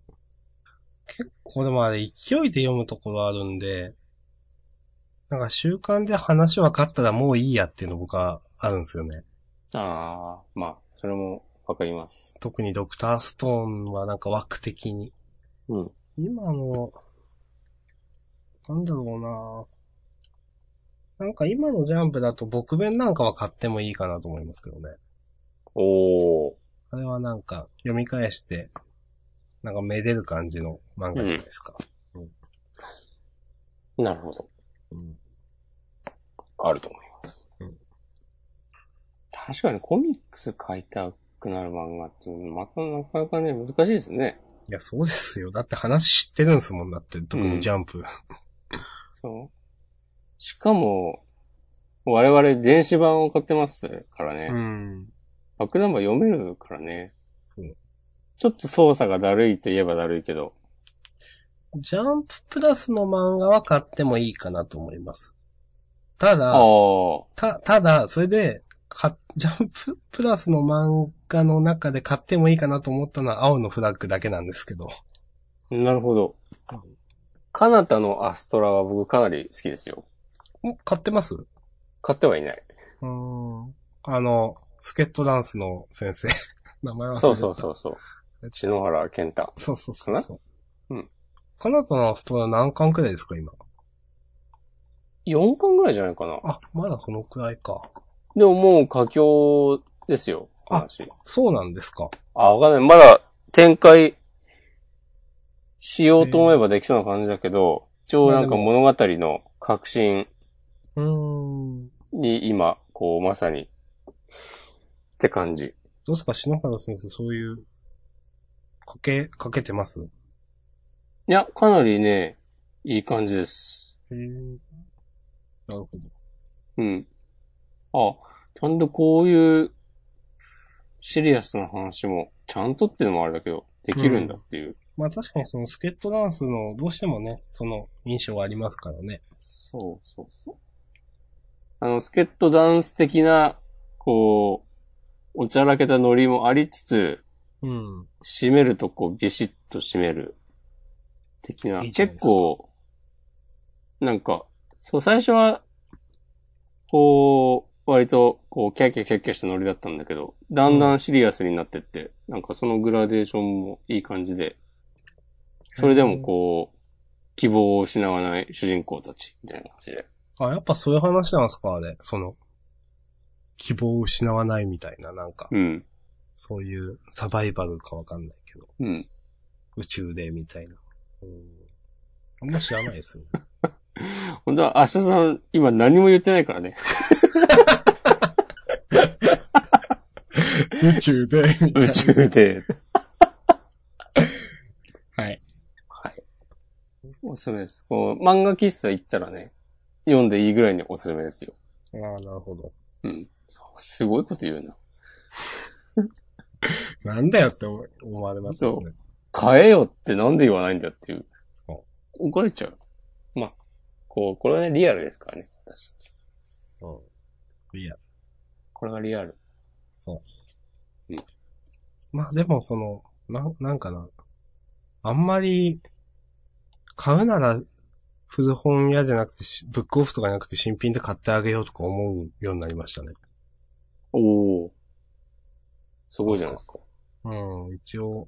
Speaker 2: 結構でもあれ、勢いで読むところあるんで、なんか習慣で話分かったらもういいやっていうの僕はあるんですよね。
Speaker 1: ああ、まあ、それもわかります。
Speaker 2: 特にドクターストーンはなんか枠的に。
Speaker 1: うん。
Speaker 2: 今の、なんだろうななんか今のジャンプだと、僕弁なんかは買ってもいいかなと思いますけどね。
Speaker 1: おー。
Speaker 2: あれはなんか、読み返して、なんかめでる感じの漫画じゃないですか。
Speaker 1: なるほど。
Speaker 2: うん。
Speaker 1: あると思います。
Speaker 2: うん
Speaker 1: 確かにコミックス書いたくなる漫画って、またなかなかね、難しいですね。
Speaker 2: いや、そうですよ。だって話知ってるんですもんだって、特にジャンプ。
Speaker 1: そう。しかも、我々電子版を買ってますからね。
Speaker 2: ん。
Speaker 1: バックナンバー読めるからね。
Speaker 2: そう。
Speaker 1: ちょっと操作がだるいと言えばだるいけど。
Speaker 2: ジャンププラスの漫画は買ってもいいかなと思います。
Speaker 1: あ
Speaker 2: た
Speaker 1: あ
Speaker 2: だ、
Speaker 1: ー。
Speaker 2: た、ただ、それで、か、ジャンププラスの漫画の中で買ってもいいかなと思ったのは青のフラッグだけなんですけど。
Speaker 1: なるほど。カナタのアストラは僕かなり好きですよ。
Speaker 2: お買ってますう
Speaker 1: 買ってはいない。
Speaker 2: ーん。あの、スケットダンスの先生。 名前忘れた。
Speaker 1: そうそうそうそう。
Speaker 2: う。
Speaker 1: 篠原健太。
Speaker 2: そうそうそうそう。
Speaker 1: うん。
Speaker 2: カナダのストア何巻くらいですか、今。
Speaker 1: 4巻ぐらいじゃないかな。
Speaker 2: あ、まだそのくらいか。
Speaker 1: でももう佳境ですよ。
Speaker 2: あ
Speaker 1: 話。
Speaker 2: そうなんですか。
Speaker 1: あ、わかんない。まだ展開しようと思えばできそうな感じだけど、一応なんか物語の革新
Speaker 2: うーん。
Speaker 1: に今、こうまさに、って感じ。
Speaker 2: どうですか、篠原先生、そういう、かけ、かけてます
Speaker 1: いや、かなりね、いい感じです。
Speaker 2: へえ。なるほど。
Speaker 1: うん。あ、ちゃんとこういうシリアスな話も、ちゃんとっていうのもあれだけど、できるんだっていう。
Speaker 2: まあ確かにそのスケットダンスの、どうしてもね、その印象はありますからね。
Speaker 1: そうそうそう。あの、スケットダンス的な、こう、おちゃらけたノリもありつつ、
Speaker 2: うん。
Speaker 1: 締めるとこうビシッと締める。的な。
Speaker 2: いいじゃな
Speaker 1: 結
Speaker 2: いですか
Speaker 1: 構、なんか、そう、最初は、こう、割と、こう、キャーキャーキャーキャーしたノリだったんだけど、だんだんシリアスになってって、なんかそのグラデーションもいい感じで、それでもこう、希望を失わない主人公たち、みたいな感じで。
Speaker 2: う。あ、やっぱそういう話なんですか、あれ。その、希望を失わないみたいな、なんか、
Speaker 1: うん。
Speaker 2: そういうサバイバルかわかんないけど、
Speaker 1: うん。
Speaker 2: 宇宙でみたいな。うん。あんま知らないですよ。
Speaker 1: 本当は、明日さん、今何も言ってないから ね。
Speaker 2: 宇宙でみ
Speaker 1: 宇宙で。
Speaker 2: はい。
Speaker 1: はい。おすすめです。こう、漫画喫茶行ったらね、読んでいいぐらいにおすすめですよ。
Speaker 2: ああ、なるほど。
Speaker 1: うん。そうすごいこと言うな。
Speaker 2: なんだよって思思われますよね。
Speaker 1: 変えよってなんで言わないんだっていう。
Speaker 2: そ
Speaker 1: 怒られちゃう。まあ、こう、これはね、リアルですからね。私たち
Speaker 2: う。うん。いや、
Speaker 1: これがリアル。
Speaker 2: そう。
Speaker 1: うん
Speaker 2: まあでもその、な、なんかな。あんまり、買うなら、古本屋じゃなくてし、ブックオフとかじゃなくて新品で買ってあげようとか思うようになりましたね。
Speaker 1: おお。すごいじゃないですか。
Speaker 2: うん、一応。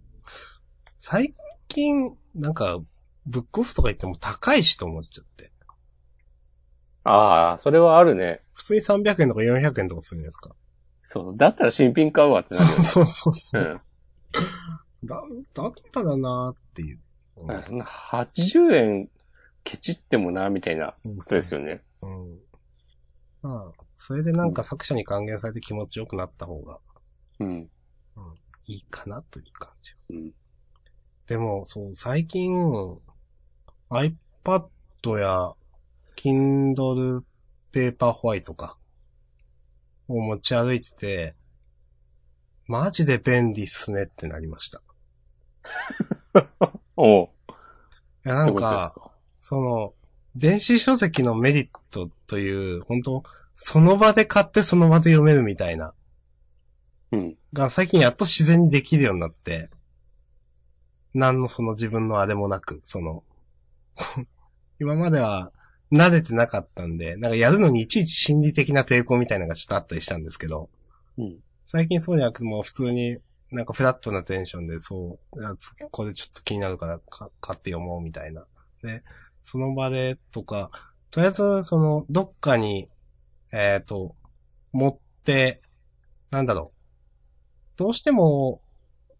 Speaker 2: 最近、なんか、ブックオフとか行っても高いしと思っちゃって。
Speaker 1: ああ、それはあるね。
Speaker 2: 普通に300円とか400円とかするんですか。
Speaker 1: そう。だったら新品買うわってな
Speaker 2: そ
Speaker 1: るよ
Speaker 2: うそうそうそう う。
Speaker 1: ん。
Speaker 2: だ、だったらなーっていう。うん
Speaker 1: あそんな80円ケチってもな、みたいな
Speaker 2: そう
Speaker 1: ことですよね。
Speaker 2: うん。まあ、それでなんか作者に還元されて気持ちよくなった方が
Speaker 1: うん。
Speaker 2: いいかなという感じ。
Speaker 1: うん。
Speaker 2: でも、そう、最近、iPad や Kindle Paperwhite か、を持ち歩いてて、マジで便利っすねってなりました。い
Speaker 1: おう
Speaker 2: や、なん
Speaker 1: ってことです
Speaker 2: か、その、電子書籍のメリットという、本当その場で買ってその場で読めるみたいな。
Speaker 1: うん。
Speaker 2: が最近やっと自然にできるようになって、何のその自分のあれもなく、その、 今までは慣れてなかったんで、なんかやるのにいちいち心理的な抵抗みたいなのがちょっとあったりしたんですけど、
Speaker 1: うん。
Speaker 2: 最近そうじゃなくてもう普通になんかフラットなテンションでそう、いやつこれちょっと気になるからか買って読もうみたいな。で、その場でとか、とりあえず、その、どっかに、えっ、と、持って、なんだろう。どうしても、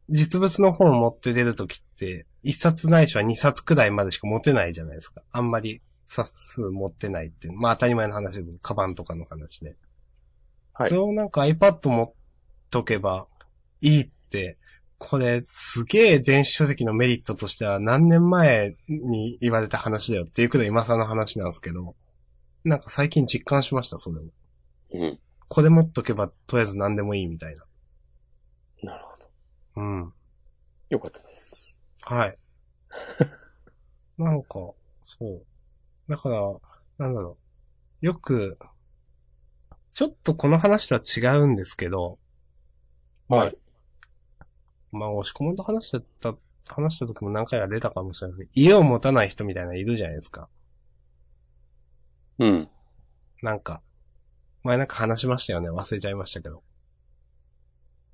Speaker 2: 実物の本を持って出るときって、一冊ないしは二冊くらいまでしか持てないじゃないですか。あんまり冊数持ってないっていう。まあ当たり前の話ですけど、カバンとかの話で。
Speaker 1: はい
Speaker 2: それをなんか iPad 持っとけばいいって、これすげえ電子書籍のメリットとしては何年前に言われた話だよっていうくらい今更の話なんですけど、なんか最近実感しました、それを。
Speaker 1: うん。
Speaker 2: これ持っとけばとりあえず何でもいいみたいな。
Speaker 1: なるほど。
Speaker 2: うん。
Speaker 1: よかったです。
Speaker 2: はい。なんか、そう。だから、なんだろう。よく、ちょっとこの話とは違うんですけど、
Speaker 1: はい。
Speaker 2: まあ、押し込むと話してた、話した時も何回か出たかもしれないけど。家を持たない人みたいなのいるじゃないですか。
Speaker 1: うん。
Speaker 2: なんか、前なんか話しましたよね。忘れちゃいましたけど。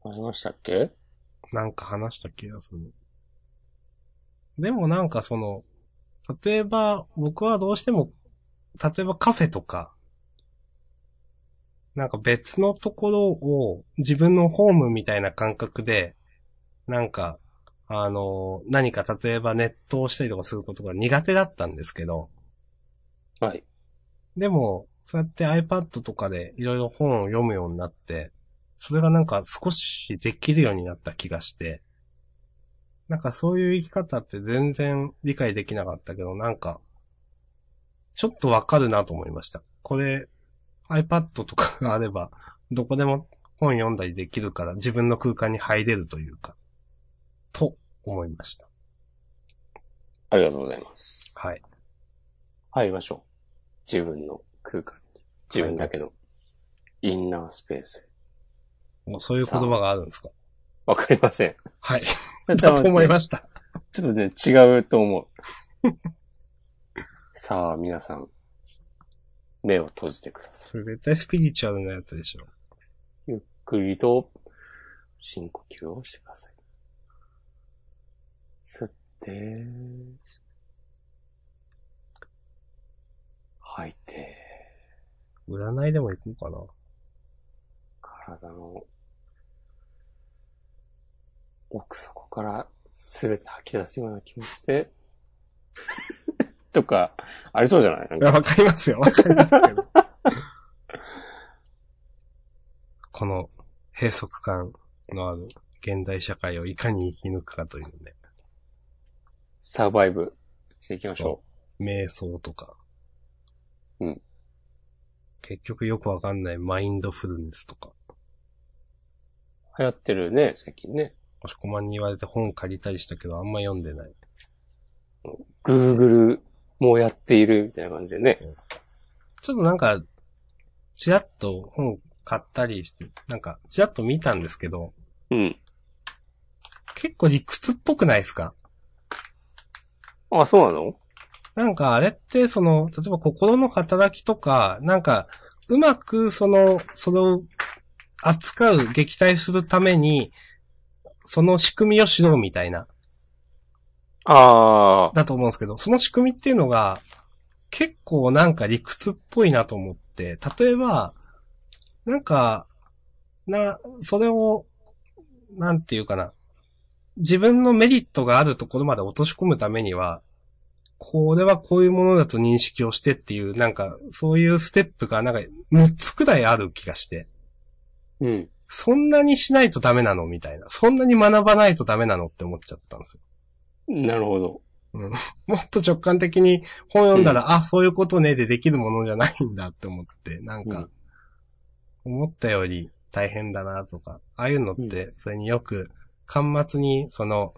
Speaker 1: ありましたっけ
Speaker 2: なんか話した気がする。でもなんかその、例えば、僕はどうしても、例えばカフェとか、なんか別のところを自分のホームみたいな感覚で、なんか、あの、何か例えばネットをしたりとかすることが苦手だったんですけど、
Speaker 1: はい。
Speaker 2: でも、そうやって iPad とかでいろいろ本を読むようになって、それがなんか少しできるようになった気がして、なんかそういう生き方って全然理解できなかったけど、なんか、ちょっとわかるなと思いました。これ、iPad とかがあれば、どこでも本読んだりできるから自分の空間に入れるというか、と思いました。
Speaker 1: ありがとうございます。
Speaker 2: はい。
Speaker 1: 入りましょう。自分の空間に。自分だけのインナースペースへ。
Speaker 2: もうそういう言葉があるんですか
Speaker 1: わかりません。
Speaker 2: はい。だと思いました。
Speaker 1: ちょっとね、違うと思う。 さあ、皆さん、目を閉じてください。
Speaker 2: それ絶対スピリチュアルなやつでしょ。
Speaker 1: ゆっくりと深呼吸をしてください。吸って、吐いて、
Speaker 2: 占いでも行こうかな。
Speaker 1: 体の奥底からすべて吐き出すような気持ちで、とか、ありそうじゃないなん
Speaker 2: いや、
Speaker 1: か
Speaker 2: わかりますよ。わかりますけど。 この閉塞感のある現代社会をいかに生き抜くかというね、
Speaker 1: サバイブしていきましょう。
Speaker 2: 瞑想とか。
Speaker 1: うん。
Speaker 2: 結局よくわかんないマインドフルネスとか。
Speaker 1: 流行ってるね、最近ね。
Speaker 2: もしこまんに言われて本借りたりしたけどあんま読んでない。
Speaker 1: Google もやっているみたいな感じでね。
Speaker 2: ちょっとなんか、ちらっと本買ったりして、なんか、ちらっと見たんですけど、
Speaker 1: うん。
Speaker 2: 結構理屈っぽくないですか
Speaker 1: あ、そうなの
Speaker 2: なんかあれって、その、例えば心の働きとか、なんか、うまくその、それを扱う、撃退するために、その仕組みを知ろうみたいな、
Speaker 1: ああ、
Speaker 2: だと思うんですけど、その仕組みっていうのが、結構なんか理屈っぽいなと思って、例えば、なんか、な、それを、なんていうかな、自分のメリットがあるところまで落とし込むためには、これはこういうものだと認識をしてっていう、なんか、そういうステップが、なんか、6つくらいある気がして、
Speaker 1: うん。
Speaker 2: そんなにしないとダメなのみたいな。そんなに学ばないとダメなのって思っちゃったんですよ。
Speaker 1: なるほど。
Speaker 2: もっと直感的に本読んだら、あ、そういうことねでできるものじゃないんだって思って、なんか、思ったより大変だなとか、ああいうのって、それによく、端末に、その、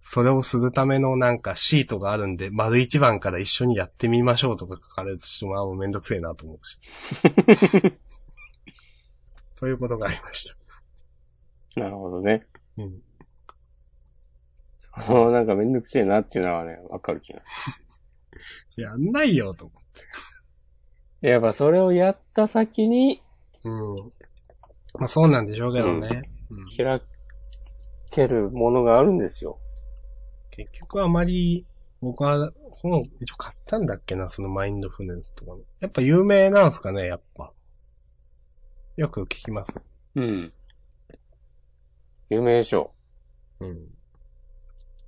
Speaker 2: それをするためのなんかシートがあるんで、丸一番から一緒にやってみましょうとか書かれるとしても、あ、もうめんどくせえなと思 うし。ということがありました。
Speaker 1: なるほどね。
Speaker 2: うん。
Speaker 1: あのなんかめんどくせえなっていうのはね、わかる気がす
Speaker 2: やんないよと思
Speaker 1: る。やっぱそれをやった先に
Speaker 2: って。うん。まあそうなんでしょうけどね。うん
Speaker 1: 開けるものがあるんですよ。
Speaker 2: 結局あまり僕は本、一応買ったんだっけな、そのマインドフルネスとかの。やっぱ有名なんすかね、やっぱ。よく聞きます。
Speaker 1: うん。有名でしょ。
Speaker 2: うん。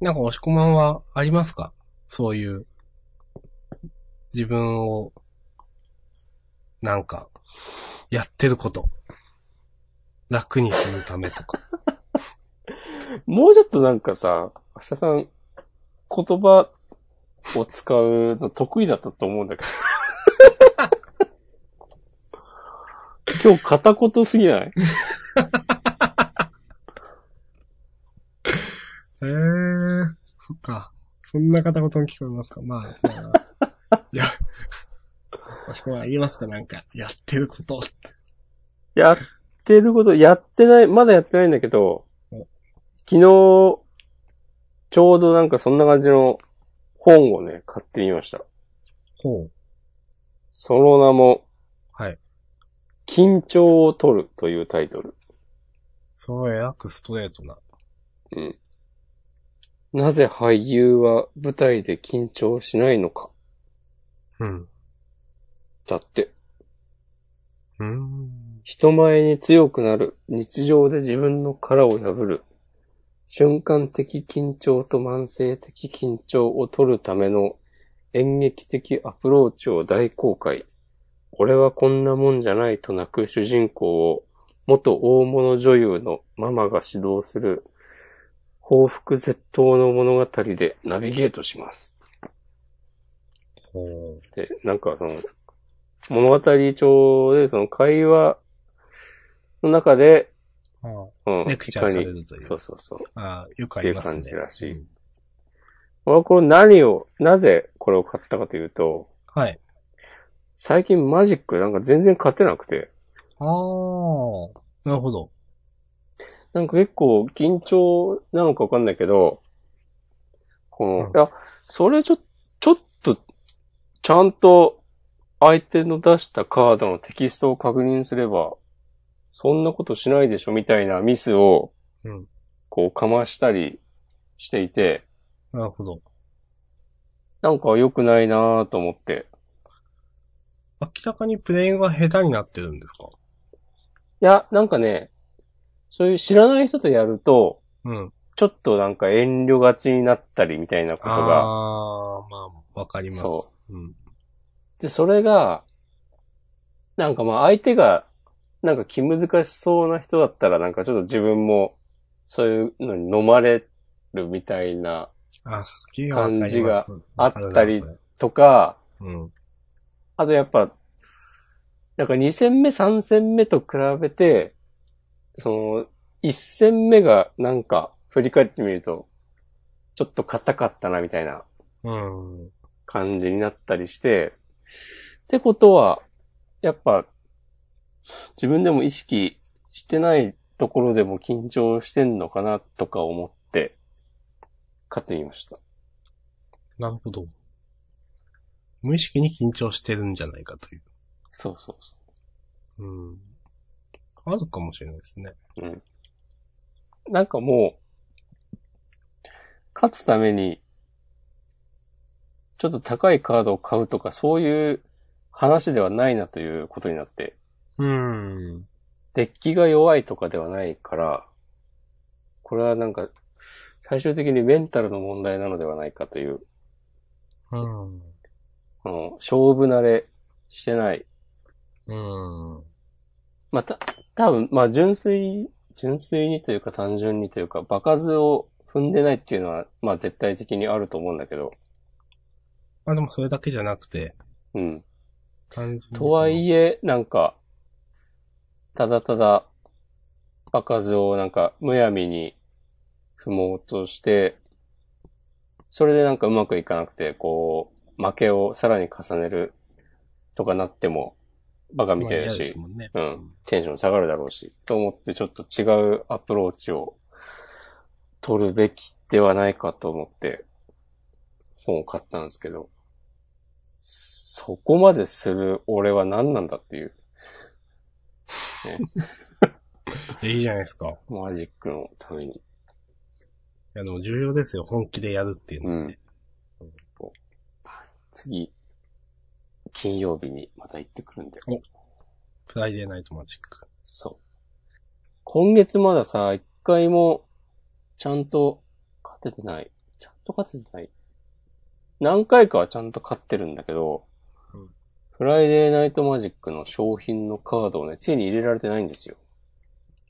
Speaker 2: なんか、押し込まんはありますかそういう、自分を、なんか、やってること。楽にするためとか。
Speaker 1: もうちょっとなんかさ、明日さん、言葉を使うの得意だったと思うんだけ ど。今日片言すぎない
Speaker 2: ええー、そっか。そんな片言に聞こえますかまあ、じゃあ。 いや、もしくは言いますかなんか、やってることって。
Speaker 1: やってること、やってない、まだやってないんだけど
Speaker 2: うん、
Speaker 1: 昨日、ちょうどなんかそんな感じの本をね、買ってみました。
Speaker 2: ほう。
Speaker 1: その名も、
Speaker 2: はい。
Speaker 1: 緊張を取るというタイトル。
Speaker 2: そう、えらくストレートな。
Speaker 1: うん。なぜ俳優は舞台で緊張しないのか。
Speaker 2: うん。
Speaker 1: だって、
Speaker 2: うーん。
Speaker 1: 人前に強くなる、日常で自分の殻を破る、瞬間的緊張と慢性的緊張を取るための演劇的アプローチを大公開。俺はこんなもんじゃないと泣く主人公を、元大物女優のママが指導する、報復絶倒の物語でナビゲートします。
Speaker 2: ほう。
Speaker 1: で、なんかその、物語帳で、その会話の中で、
Speaker 2: あ
Speaker 1: うん、
Speaker 2: レクチャーされ
Speaker 1: いか
Speaker 2: るとい
Speaker 1: に
Speaker 2: う。
Speaker 1: そうそうそう。
Speaker 2: ああ、よくありますね。
Speaker 1: っていう感じらしい
Speaker 2: うん
Speaker 1: 俺はこれ何を、なぜこれを買ったかというと、
Speaker 2: はい。
Speaker 1: 最近マジックなんか全然勝てなくて、
Speaker 2: ああ、なるほど。
Speaker 1: なんか結構緊張なのかわかんないけど、この、
Speaker 2: う
Speaker 1: い
Speaker 2: ん
Speaker 1: や、それちょ、ちょっと、ちゃんと相手の出したカードのテキストを確認すれば、そんなことしないでしょみたいなミスを、
Speaker 2: うん
Speaker 1: こうかましたりしていて、
Speaker 2: なるほど。
Speaker 1: なんか良くないなぁと思って。
Speaker 2: 明らかにプレイングが下手になってるんですか
Speaker 1: いや、なんかね、そういう知らない人とやると、
Speaker 2: うん。
Speaker 1: ちょっとなんか遠慮がちになったりみたいなこと
Speaker 2: あ
Speaker 1: が、
Speaker 2: あー、まあ、わかります。。
Speaker 1: そう
Speaker 2: ん。
Speaker 1: で、それが、なんかまあ相手が、なんか気難しそうな人だったら、なんかちょっと自分も、そういうのに飲まれるみたいな、
Speaker 2: あ、好きがわかりま
Speaker 1: 感
Speaker 2: す。
Speaker 1: じがあったり
Speaker 2: わかるなこ
Speaker 1: とか、
Speaker 2: れうん。
Speaker 1: あとやっぱ、なんか2戦目、3戦目と比べて、その、1戦目がなんか振り返ってみると、ちょっと硬かったなみたいな
Speaker 2: うん。
Speaker 1: 感じになったりして、ってことは、やっぱ、自分でも意識してないところでも緊張してんのかなとか思って、買ってみました。
Speaker 2: なるほど。無意識に緊張してるんじゃないかという。
Speaker 1: そうそうそう。
Speaker 2: うん。あるかもしれないですね。
Speaker 1: うん。なんかもう、勝つために、ちょっと高いカードを買うとか、そういう話ではないなということになって、
Speaker 2: うん。
Speaker 1: デッキが弱いとかではないから、これはなんか、最終的にメンタルの問題なのではないかという、
Speaker 2: うん。
Speaker 1: この、勝負慣れしてない。
Speaker 2: うん。
Speaker 1: まあた、多分まあ、純粋、純粋にというか単純にというか、場数を踏んでないっていうのは、まあ、絶対的にあると思うんだけど、
Speaker 2: まあでもそれだけじゃなくて、
Speaker 1: うん。
Speaker 2: 単純にそ
Speaker 1: と
Speaker 2: の
Speaker 1: はいえ、なんか、ただただ、場数をなんか、むやみに踏もうとして、それでなんかうまくいかなくて、こう、負けをさらに重ねるとかなっても、バカみたいだ
Speaker 2: まあ嫌で
Speaker 1: し
Speaker 2: す、もんね。
Speaker 1: うん。テンション下がるだろうし、と思ってちょっと違うアプローチを取るべきではないかと思って本を買ったんですけど、そこまでする俺は何なんだっていう、
Speaker 2: いやいいじゃないですか。い
Speaker 1: マジックのために。
Speaker 2: やでも重要ですよ、本気でやるっていうのはね。
Speaker 1: 次、金曜日にまた行ってくるんで。
Speaker 2: おフライデーナイトマジック。
Speaker 1: そう。今月まださ、一回も、ちゃんと勝ててない。ちゃんと勝ててない。何回かはちゃんと勝ってるんだけど、
Speaker 2: うん
Speaker 1: フライデーナイトマジックの商品のカードをね、手に入れられてないんですよ。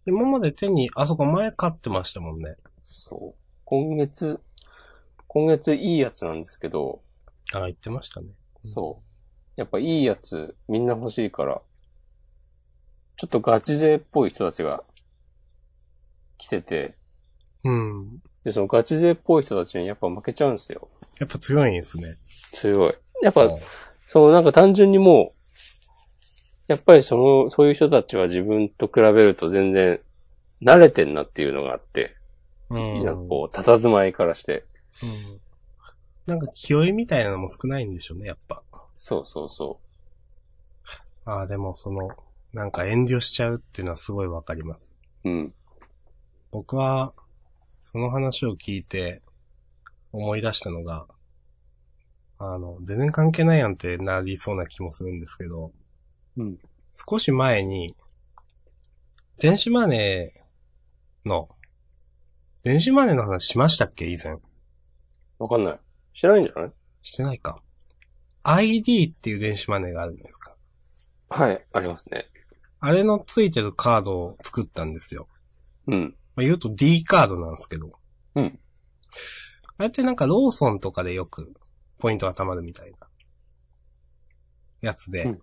Speaker 2: 今まで手に、あそこ前買ってましたもんね。
Speaker 1: そう。今月、今月いいやつなんですけど、
Speaker 2: あ、言ってましたね。
Speaker 1: そう。やっぱいいやつみんな欲しいから、ちょっとガチ勢っぽい人たちが来てて、
Speaker 2: うん。
Speaker 1: で、そのガチ勢っぽい人たちにやっぱ負けちゃうんですよ。
Speaker 2: やっぱ強いんですね。
Speaker 1: 強い。やっぱ、
Speaker 2: うん
Speaker 1: そのなんか単純にもう、やっぱりその、そういう人たちは自分と比べると全然慣れてんなっていうのがあって、
Speaker 2: うん。
Speaker 1: なんかこう、佇まいからして。
Speaker 2: うんなんか気負いみたいなのも少ないんでしょうね、やっぱ。
Speaker 1: そうそうそ
Speaker 2: ああ、でもその、なんか遠慮しちゃうっていうのはすごいわかります。
Speaker 1: う。うん。
Speaker 2: 僕は、その話を聞いて思い出したのが、あの、全然関係ないやんってなりそうな気もするんですけど、
Speaker 1: うん。
Speaker 2: 少し前に、電子マネーの、電子マネーの話しましたっけ以前。
Speaker 1: わかんない。してないんじゃない
Speaker 2: してないか。ID っていう電子マネーがあるんですか。
Speaker 1: はい、ありますね。
Speaker 2: あれのついてるカードを作ったんですよ。
Speaker 1: うん。
Speaker 2: まあ、言うと D カードなんですけど。
Speaker 1: うん。
Speaker 2: あれってなんかローソンとかでよくポイントが貯まるみたいなやつで。
Speaker 1: うん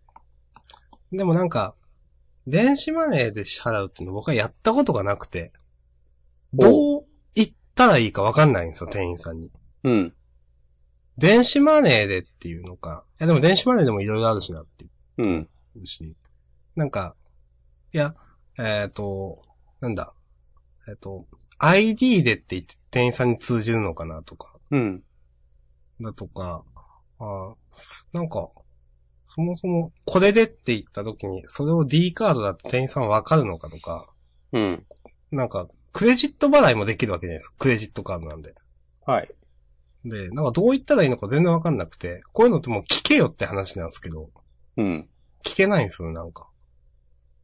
Speaker 2: でもなんか、電子マネーで支払うっていうの僕はやったことがなくて、どう言ったらいいかわかんないんですよ、店員さんに。
Speaker 1: うん。
Speaker 2: 電子マネーでっていうのか。いやでも電子マネーでもいろいろあるしなって
Speaker 1: うん。
Speaker 2: るし、なんか、いや、えっ、と、なんだ、えっ、と、ID でって言って店員さんに通じるのかなとか、
Speaker 1: うん。
Speaker 2: だとか、あなんか、そもそも、これでって言った時に、それを D カードだって店員さんわかるのかとか、
Speaker 1: うん。
Speaker 2: なんか、クレジット払いもできるわけじゃないですか。クレジットカードなんで。
Speaker 1: はい。
Speaker 2: で、なんかどう言ったらいいのか全然わかんなくて、こういうのってもう聞けよって話なんですけど、
Speaker 1: うん。
Speaker 2: 聞けないんですよね、なんか。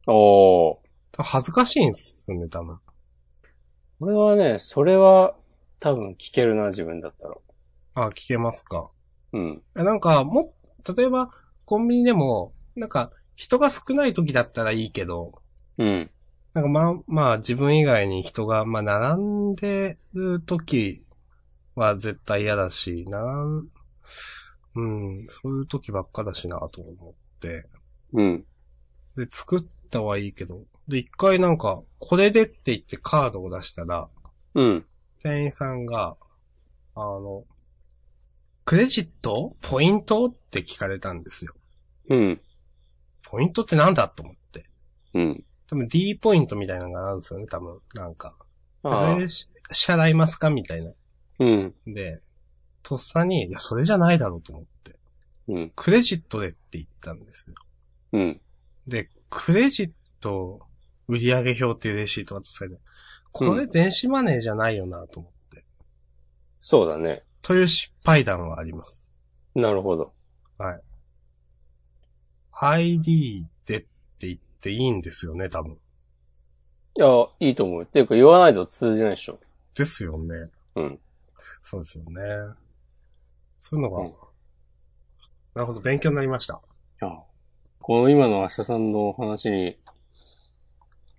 Speaker 1: おー。
Speaker 2: 恥ずかしいんですよね、多分。
Speaker 1: 俺はね、それは多分聞けるな、自分だったら。
Speaker 2: あ、聞けますか。
Speaker 1: うん。
Speaker 2: えなんか、も、例えば、コンビニでも、なんか、人が少ない時だったらいいけど、
Speaker 1: うん。
Speaker 2: なんかまあ、まあ自分以外に人が、まあ並んでる時は絶対嫌だし、並ん、うん、そういう時ばっかだしなと思って。
Speaker 1: うん。
Speaker 2: で、作ったはいいけど、で、一回なんか、これでって言ってカードを出したら、
Speaker 1: うん。
Speaker 2: 店員さんが、あの、クレジットポイントって聞かれたんですよ。
Speaker 1: うん。
Speaker 2: ポイントってなんだと思って。
Speaker 1: うん。
Speaker 2: 多分 D ポイントみたいなのがあるんですよね、多分。なんか。
Speaker 1: あ
Speaker 2: そ
Speaker 1: あ
Speaker 2: れ。でし支払いますかみたいな。
Speaker 1: うん。
Speaker 2: で、とっさに、いや、それじゃないだろうと思って。
Speaker 1: うん。
Speaker 2: クレジットでって言ったんですよ。
Speaker 1: うん。
Speaker 2: で、クレジット売上表っていうレシートが渡されて、これ電子マネーじゃないよなと思って。
Speaker 1: そうだね。
Speaker 2: という失敗談はあります。
Speaker 1: なるほど。
Speaker 2: ID でって言っていいんですよね、多分。
Speaker 1: いや、いいと思う。っていうか、言わないと通じないでしょ。
Speaker 2: ですよね。
Speaker 1: うん。
Speaker 2: そうですよね。そういうのが、
Speaker 1: うん
Speaker 2: なるほど、勉強になりました。
Speaker 1: いや、この今の明日さんのお話に、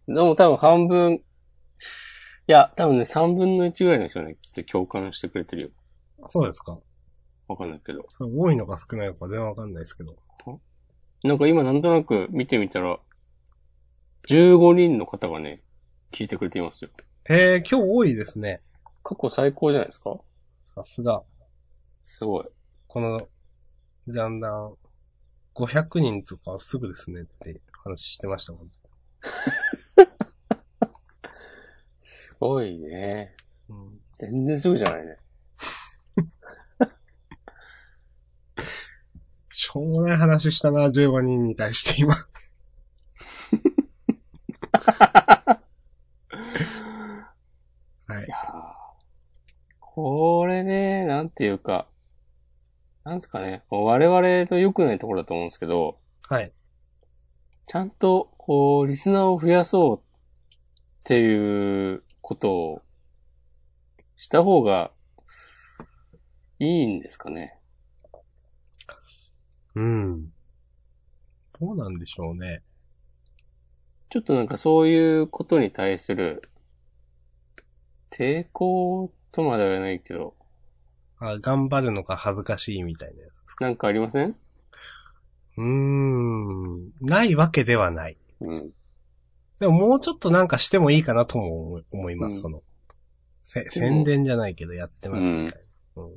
Speaker 1: でも多分半分、いや、多分ね、三分の一ぐらいの人はね、きっと共感してくれてるよ。
Speaker 2: そうですか。
Speaker 1: わかんないけど。
Speaker 2: それ多いのか少ないのか全然わかんないですけど。
Speaker 1: なんか今なんとなく見てみたら、15人の方がね、聞いてくれていますよ。
Speaker 2: えー、今日多いですね。
Speaker 1: 過去最高じゃないですか
Speaker 2: さすが。
Speaker 1: すごい。
Speaker 2: この、ジャンダン、500人とかすぐですねって話してましたもん。
Speaker 1: すごいね。
Speaker 2: うん、
Speaker 1: 全然すぐじゃないね。
Speaker 2: しょうもない話したな、15人に対して今。は
Speaker 1: い。
Speaker 2: い
Speaker 1: やーこれね、なんていうか、なんですかね、こう我々の良くないところだと思うんですけど、
Speaker 2: はい。
Speaker 1: ちゃんと、こう、リスナーを増やそうっていうことをした方がいいんですかね。
Speaker 2: うん。どうなんでしょうね。
Speaker 1: ちょっとなんかそういうことに対する抵抗とまでは言わないけど、
Speaker 2: あ、頑張るのが恥ずかしいみたいなやつ。
Speaker 1: なんかありません
Speaker 2: うーん。ないわけではない。
Speaker 1: うん。
Speaker 2: でももうちょっとなんかしてもいいかなとも思い思います、
Speaker 1: うん
Speaker 2: その。せ、宣伝じゃないけどやってますみたいな。うん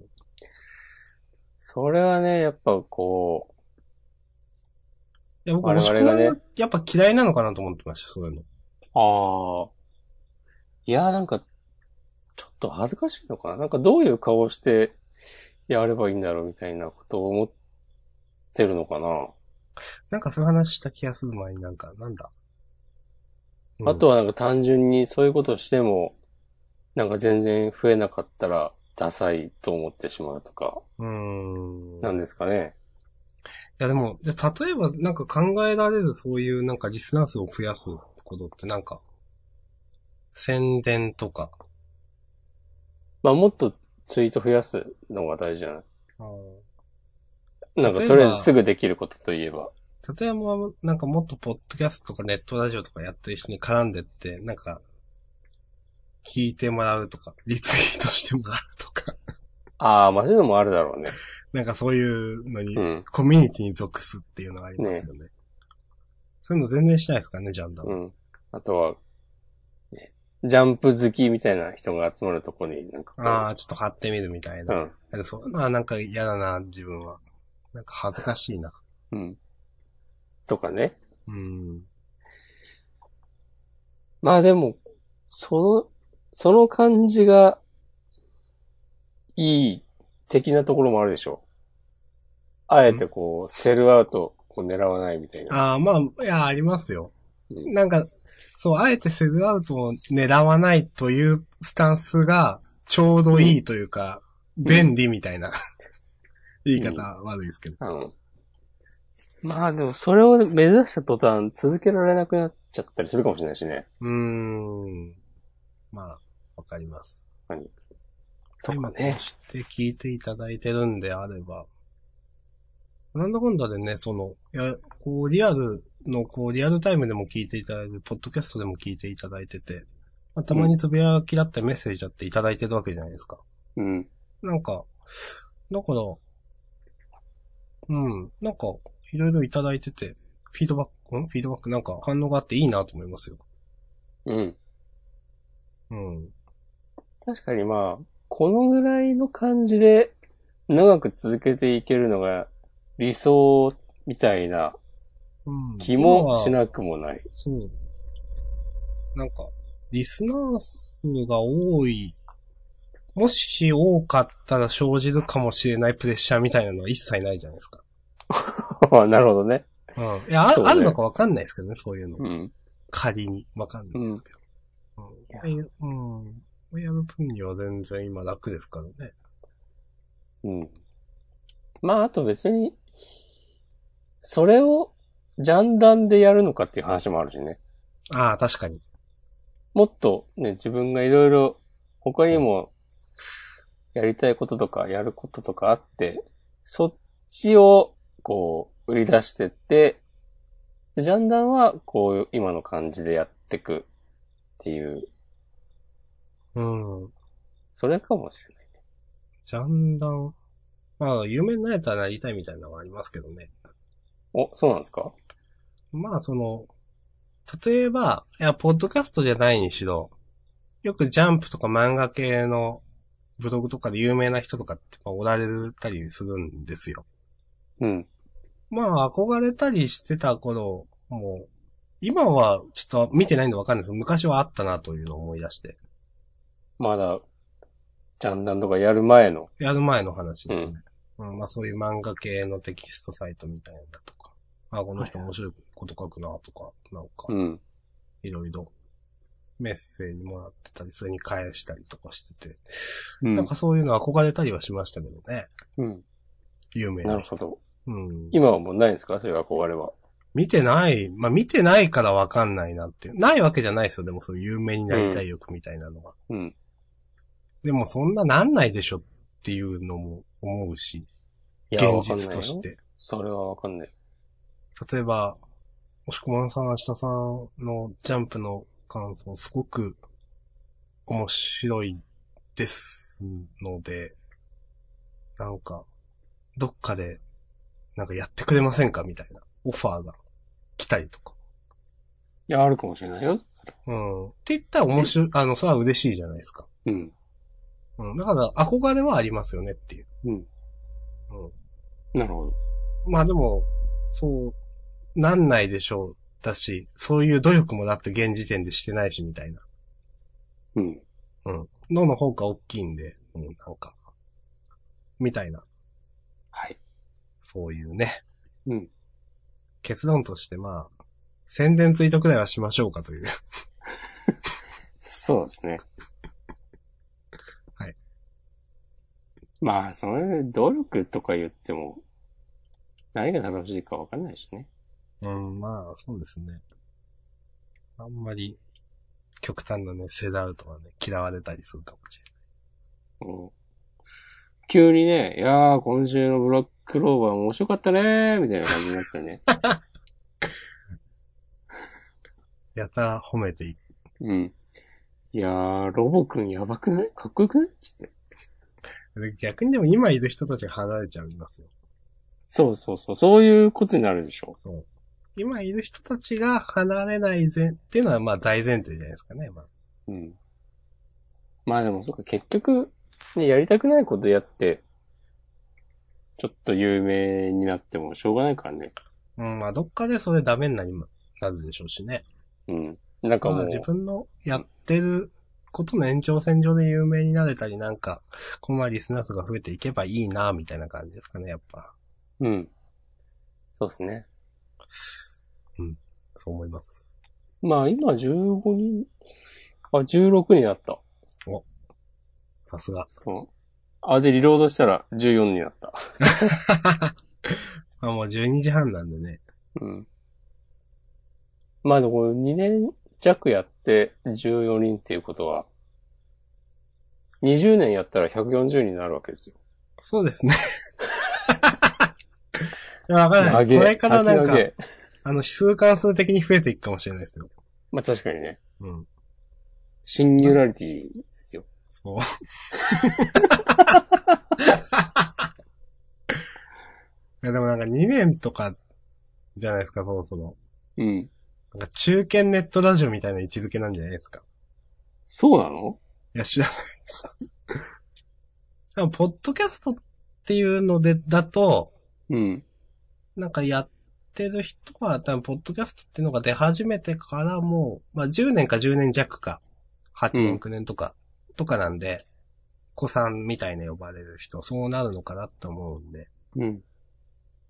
Speaker 1: それはね、やっぱこう、
Speaker 2: いや、僕、
Speaker 1: 我
Speaker 2: 押し
Speaker 1: 々
Speaker 2: 込
Speaker 1: がね
Speaker 2: まん、やっぱ嫌いなのかなと思ってました、そういうの。
Speaker 1: ああ。いや、なんか、ちょっと恥ずかしいのかななんかどういう顔をしてやればいいんだろうみたいなことを思ってるのかな、
Speaker 2: なんかそういう話した気がする前になんか、なんだ。うん
Speaker 1: あとはなんか単純にそういうことをしても、なんか全然増えなかったらダサいと思ってしまうとか、
Speaker 2: うーん。
Speaker 1: なんですかね。
Speaker 2: いやでも、じゃあ例えばなんか考えられるそういうなんかリスナー数を増やすことってなんか、宣伝とか。
Speaker 1: まあもっとツイート増やすのが大事じゃないなんか
Speaker 2: 例えば
Speaker 1: とりあえずすぐできることといえば。
Speaker 2: 例えば、なんかもっとポッドキャストとかネットラジオとかやってる人に絡んでって、なんか、聞いてもらうとか、リツイートしてもらうとか、
Speaker 1: ああ、マジのもあるだろうね。
Speaker 2: なんかそういうのに、
Speaker 1: うん。
Speaker 2: コミュニティに属すっていうのがありますよね。そういうの全然しないですからね、ジャンダム。
Speaker 1: うん。あとは、ねジャンプ好きみたいな人が集まるとこになんかこう
Speaker 2: ああ、ちょっと貼ってみるみたいな。
Speaker 1: うん。
Speaker 2: でもそういうのはなんか嫌だな、自分は。なんか恥ずかしいな。
Speaker 1: うん。とかね。
Speaker 2: うん。
Speaker 1: まあでも、その、その感じが、いい、的なところもあるでしょあえてこう、セルアウトを狙わないみたいな。
Speaker 2: ああ、まあ、いや、ありますよ。
Speaker 1: うん
Speaker 2: なんか、そう、あえてセルアウトを狙わないというスタンスが、ちょうどいいというか、便利みたいな、言い方は悪いですけど。
Speaker 1: うん。まあでも、それを目指した途端、続けられなくなっちゃったりするかもしれないしね。
Speaker 2: うーん。まあ、わかります。
Speaker 1: とか
Speaker 2: 今こう
Speaker 1: ね。
Speaker 2: して聞いていただいてるんであれば、なんだかんだでね、その、いや、こう、リアルの、こう、リアルタイムでも聞いていただいて、ポッドキャストでも聞いていただいてて、まあ、たまにつぶやきだったりメッセージだっていただいてるわけじゃないですか。
Speaker 1: うん。
Speaker 2: なんか、だから、うん、なんか、いろいろいただいてて、フィードバック、んフィードバックなんか反応があっていいなと思いますよ。
Speaker 1: うん。
Speaker 2: うん。
Speaker 1: 確かにまあ、このぐらいの感じで長く続けていけるのが理想みたいな
Speaker 2: うん、
Speaker 1: 気もし
Speaker 2: い。
Speaker 1: なくもない。
Speaker 2: そう。なんか、リスナー数が多い、もし多かったら生じるかもしれないプレッシャーみたいなのは一切ないじゃないですか。
Speaker 1: なるほどね。
Speaker 2: うん。いや、あ,、
Speaker 1: そうね
Speaker 2: あるのかわかんないですけどね、そういうの。
Speaker 1: うん。
Speaker 2: 仮に。わかんないですけど。うん。いやうん。やる分には全然今楽ですからね。
Speaker 1: うん。まあ、あと別に、それをジャンダンでやるのかっていう話もあるしね。
Speaker 2: ああ、確かに。
Speaker 1: もっとね、自分がいろいろ他にもやりたいこととかやることとかあって、そっちをこう売り出してって、でジャンダンはこう今の感じでやってくっていう、
Speaker 2: うん。
Speaker 1: それかもしれない。
Speaker 2: ジャンダン。まあ、有名になれたらなりたいみたいなのはありますけどね。
Speaker 1: お、そうなんですか
Speaker 2: まあ、その、例えば、いや、ポッドキャストじゃないにしろ、よくジャンプとか漫画系のブログとかで有名な人とかってまあおられたりするんですよ。
Speaker 1: うん。
Speaker 2: まあ、憧れたりしてた頃、もう、今はちょっと見てないんでわかんないですけど、昔はあったなというのを思い出して、
Speaker 1: まだ、ジャンダンとかやる前の。
Speaker 2: やる前の話ですね。うん、まあそういう漫画系のテキストサイトみたいなのだとか、あ、この人面白いこと書くなとか、なんか
Speaker 1: う、ん。
Speaker 2: いろいろメッセージもらってたり、それに返したりとかしてて、
Speaker 1: う
Speaker 2: なん
Speaker 1: ん。
Speaker 2: かそういうの憧れたりはしましたけどね。
Speaker 1: うん。
Speaker 2: 有名
Speaker 1: な
Speaker 2: な
Speaker 1: る。ほど。
Speaker 2: うん。
Speaker 1: 今はもうないですかそういう憧れは。
Speaker 2: 見てない、まあ見てないからわかんないなって。ないわけじゃないですよ、でもそういう有名になりたい欲みたいなのが。
Speaker 1: うん。
Speaker 2: でもそんななんないでしょっていうのも思うし、
Speaker 1: い
Speaker 2: 現実
Speaker 1: わかん
Speaker 2: とし
Speaker 1: ないよ
Speaker 2: て。
Speaker 1: それはわかんない。
Speaker 2: 例えば、押し込まんさん、明日さんのジャンプの感想、すごく面白いですので、なんか、どっかで、なんかやってくれませんかみたいなオファーが来たりとか。
Speaker 1: いや、あるかもしれないよ。
Speaker 2: うん。って言ったら面白い、あの、それは嬉しいじゃないですか。
Speaker 1: うん。
Speaker 2: うん。だから、憧れはありますよねっていう。
Speaker 1: うん。
Speaker 2: うん。
Speaker 1: なるほど。
Speaker 2: まあでも、そう、なんないでしょう。だし、そういう努力もだって現時点でしてないし、みたいな。
Speaker 1: うん。
Speaker 2: うん。のの方が大きいんで、うん、なんか、みたいな、
Speaker 1: はい。
Speaker 2: そういうね。
Speaker 1: うん。
Speaker 2: 結論として、まあ、宣伝ツイートくらいはしましょうかという。
Speaker 1: そうですね。
Speaker 2: はい。
Speaker 1: まあ、その努力とか言っても、何が楽しいかわかんないしね。
Speaker 2: うん、まあ、そうですね。あんまり、極端なね、セダウトはね、嫌われたりするかもし
Speaker 1: うん急にね、いやー、今週のブラッククローバー面白かったねー、みたいな感じになってね。
Speaker 2: れない。やたら褒めていく。
Speaker 1: うん。いやー、ロボくんやばくないかっこよくないつって。
Speaker 2: で逆にでも今いる人たちが離れちゃいますよ。
Speaker 1: そうそうそう、そういうことになるでしょ。
Speaker 2: そう。今いる人たちが離れない前、っていうのはまあ大前提じゃないですかね。まあ、
Speaker 1: うん。まあでも、そっか、結局、ね、やりたくないことやって、ちょっと有名になってもしょうがないからね。
Speaker 2: うん、まあどっかでそれダメになりま、なるでしょうしね。
Speaker 1: うん。なんか
Speaker 2: ま
Speaker 1: も
Speaker 2: あ
Speaker 1: う
Speaker 2: 自、分のやってることの延長線上で有名になれたりなんか、このままリスナー数が増えていけばいいな、みたいな感じですかね、やっぱ。
Speaker 1: うん。そうですね。
Speaker 2: うん。そう思います。
Speaker 1: まあ今15人、あ、16になった。
Speaker 2: さすが。
Speaker 1: うん。あ、で、リロードしたら14になった。
Speaker 2: まあもう12時半なんでね。
Speaker 1: うん。まあでも、2年弱やって14人っていうことは、20年やったら140になるわけですよ。
Speaker 2: そうですね。 いや、わからない。
Speaker 1: げえ
Speaker 2: これからなん
Speaker 1: 先
Speaker 2: か
Speaker 1: 投、げ
Speaker 2: あの、指数関数的に増えていくかもしれないですよ。
Speaker 1: まあ確かにね。
Speaker 2: うん。
Speaker 1: シンギュラリティですよ。
Speaker 2: そう。 いや、でもなんか2年とか、じゃないですか、そろそろ。
Speaker 1: うん。
Speaker 2: なんか中堅ネットラジオみたいな位置づけなんじゃないですか。
Speaker 1: そうなの
Speaker 2: いや、知らないです。でもポッドキャストっていうので、だと、
Speaker 1: うん。
Speaker 2: なんかやってる人は、多分ポッドキャストっていうのが出始めてからもう、まあ10年か10年弱か、8
Speaker 1: う
Speaker 2: 年
Speaker 1: ん
Speaker 2: 9年とか、とかなんで、子さんみたいな呼ばれる人、そうなるのかなと思うんで。
Speaker 1: うん。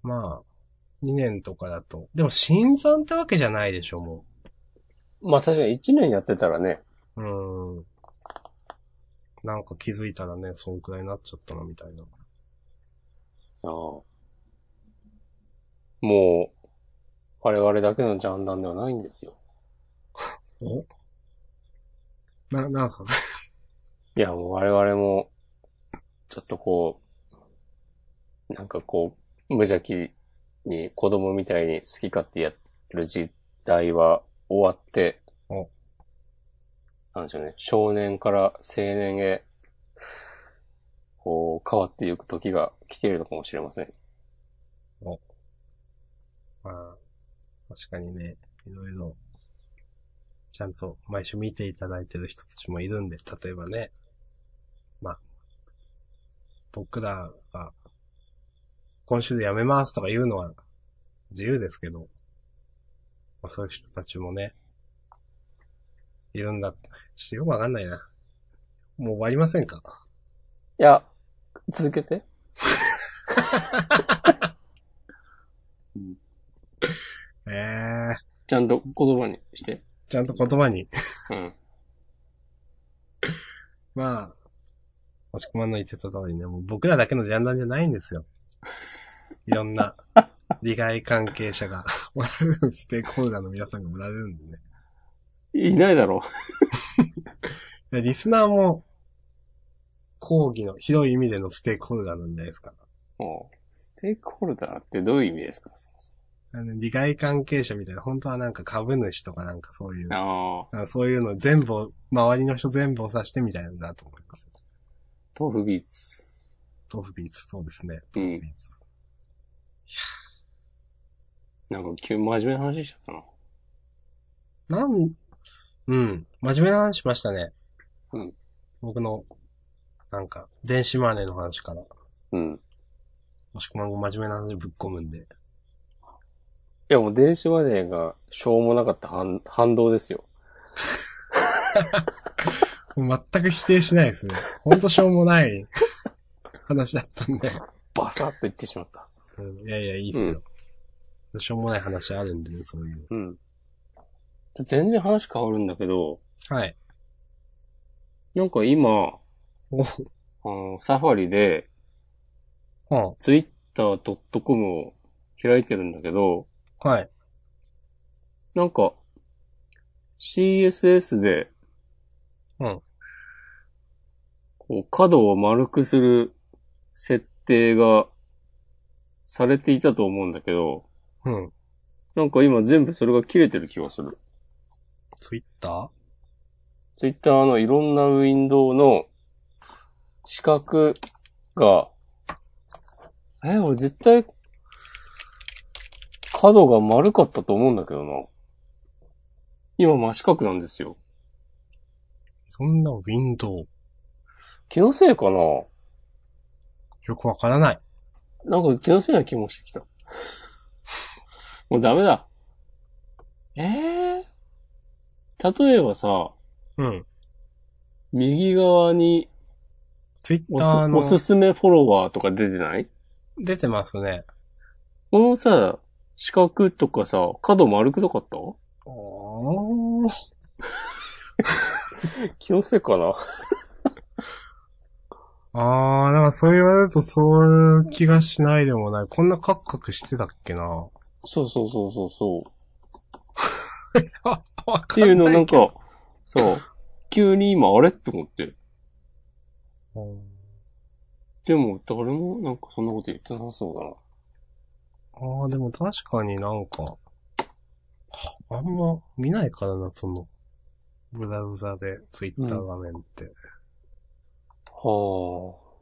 Speaker 2: まあ、2年とかだと。でも、新参ってわけじゃないでしょ、も
Speaker 1: まあ確かに1年やってたらね。
Speaker 2: う。うーん。なんか気づいたらね、そんくらいになっちゃったな、みたいな。
Speaker 1: ああもう、我々だけのジャンダンではないんですよ。
Speaker 2: おな、なんすか
Speaker 1: いや、もう我々も、ちょっとこう、なんかこう、無邪気に子供みたいに好き勝手やる時代は終わって
Speaker 2: お、
Speaker 1: なんでしょうね、少年から青年へ、こう、変わっていく時が来ているのかもしれません。
Speaker 2: まあ、確かにね、いろいろ、ちゃんと毎週見ていただいてる人たちもいるんで、例えばね、まあ、僕らが、今週でやめますとか言うのは自由ですけど、まあ、そういう人たちもね、いるんだ。ちょっとよくわかんないな。もう終わりませんか
Speaker 1: いや、続けて。
Speaker 2: ええー、
Speaker 1: ちゃんと言葉にして。
Speaker 2: ちゃんと言葉に
Speaker 1: うん。
Speaker 2: まあ、押し込まんの言ってた通りね、もう僕らだけのジャンダンじゃないんですよ。いろんな、利害関係者が、ステークホルダーの皆さんがおられるんでね。
Speaker 1: いないだろ
Speaker 2: でリスナーも、講義の、広い意味でのステークホルダーなんじゃないですか。
Speaker 1: う。もう、ステークホルダーってどういう意味ですかそもそ
Speaker 2: あの利害関係者みたいな、本当はなんか株主とかなんかそういう、
Speaker 1: もああ、
Speaker 2: あのそういうの全部を、周りの人全部を指してみたいなんだと思います。
Speaker 1: と不備
Speaker 2: トーフビーツ、そうですね。
Speaker 1: うん。
Speaker 2: ビーツ。
Speaker 1: なんか急に真面目な話しちゃったな。
Speaker 2: なん、うん。真面目な話しましたね。
Speaker 1: うん。
Speaker 2: 僕の、なんか、電子マネーの話から、
Speaker 1: うん。い
Speaker 2: もしくは真面目な話ぶっ込むんで。
Speaker 1: やもう電子マネーがしょうもなかった反反動ですよ。
Speaker 2: 全く否定しないですね。ほんとしょうもない話だったんで。
Speaker 1: バサッと言ってしまった。
Speaker 2: うん、いやいや、いいですよ。しょうもない話あるんでね、そういう。
Speaker 1: うん。全然話変わるんだけど、
Speaker 2: はい。
Speaker 1: なんか今、
Speaker 2: お
Speaker 1: あの、サファリで、
Speaker 2: うん。
Speaker 1: twitter.com を開いてるんだけど、
Speaker 2: はい。
Speaker 1: なんか、CSS で、
Speaker 2: うん。
Speaker 1: こう、角を丸くする設定がされていたと思うんだけど、
Speaker 2: うん。
Speaker 1: なんか今全部それが切れてる気がする。
Speaker 2: ツイッター
Speaker 1: Twitter のいろんなウィンドウの四角が、え、俺絶対、角が丸かったと思うんだけどな。今真四角なんですよ。
Speaker 2: そんなウィンドウ、
Speaker 1: 気のせいかな
Speaker 2: よくわからない。
Speaker 1: なんか気のせいな気もしてきた。 もうダメだ。えー、例えばさ、
Speaker 2: うん。
Speaker 1: 右側に
Speaker 2: ツイッ
Speaker 1: お
Speaker 2: ター
Speaker 1: すお
Speaker 2: の、
Speaker 1: すすめフォロワーとか出てない
Speaker 2: 出てますね。
Speaker 1: このさ、四角とかさ、角丸くなかった
Speaker 2: おー
Speaker 1: 気のせいかな
Speaker 2: あー、なんかそう言われるとそういう気がしないでもない。こんなカクカクしてたっけなわ
Speaker 1: そうそうそうそうそう。っ
Speaker 2: か
Speaker 1: ていうのなんか、そう、急に今あれって思って。
Speaker 2: うん
Speaker 1: でも誰もなんかそんなこと言ってなさそうだな。
Speaker 2: ああ、でも確かになんか、あんま見ないからな、その、ブラウザで、ツイッター画面って。
Speaker 1: は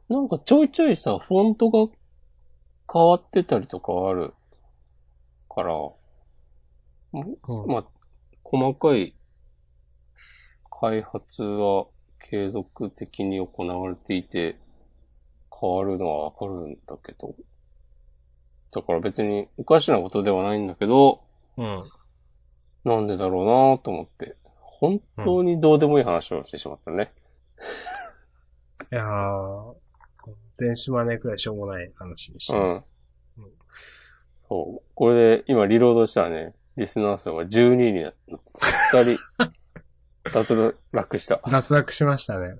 Speaker 1: あ。なんかちょいちょいさ、フォントが変わってたりとかあるから、
Speaker 2: うん。
Speaker 1: まあ、細かい開発は継続的に行われていて、変わるのはわかるんだけど。だから別におかしなことではないんだけど、
Speaker 2: うん。
Speaker 1: なんでだろうなと思って。本当にどうでもいい話をしてしまったね。
Speaker 2: いやー、電子マネーくらいしょうもない話でし
Speaker 1: う
Speaker 2: た。
Speaker 1: ん。そう。これで今リロードしたらね、リスナー数が12になってた、2人、脱落した。
Speaker 2: 脱落しましたね。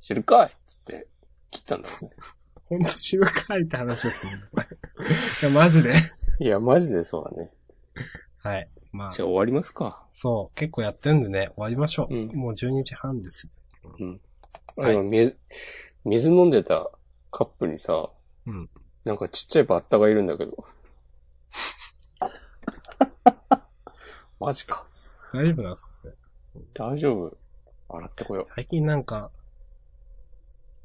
Speaker 1: 知るかいつって切ったんだろうね。
Speaker 2: ほんと知るかいって話だったもんねこれいや、マジで。
Speaker 1: いや、マジでそうだね。
Speaker 2: はい。まあ
Speaker 1: じ、ゃあ終わりますか。
Speaker 2: そう、結構やってんでね、終わりましょう。
Speaker 1: うん
Speaker 2: もう12時半ですよ。
Speaker 1: あ
Speaker 2: はい
Speaker 1: の水、水飲んでたカップにさ、
Speaker 2: うん
Speaker 1: なんかちっちゃいバッタがいるんだけど。 マジか。
Speaker 2: 大丈夫なんですかそれ
Speaker 1: 大丈夫。洗ってこよ
Speaker 2: 最近なんか、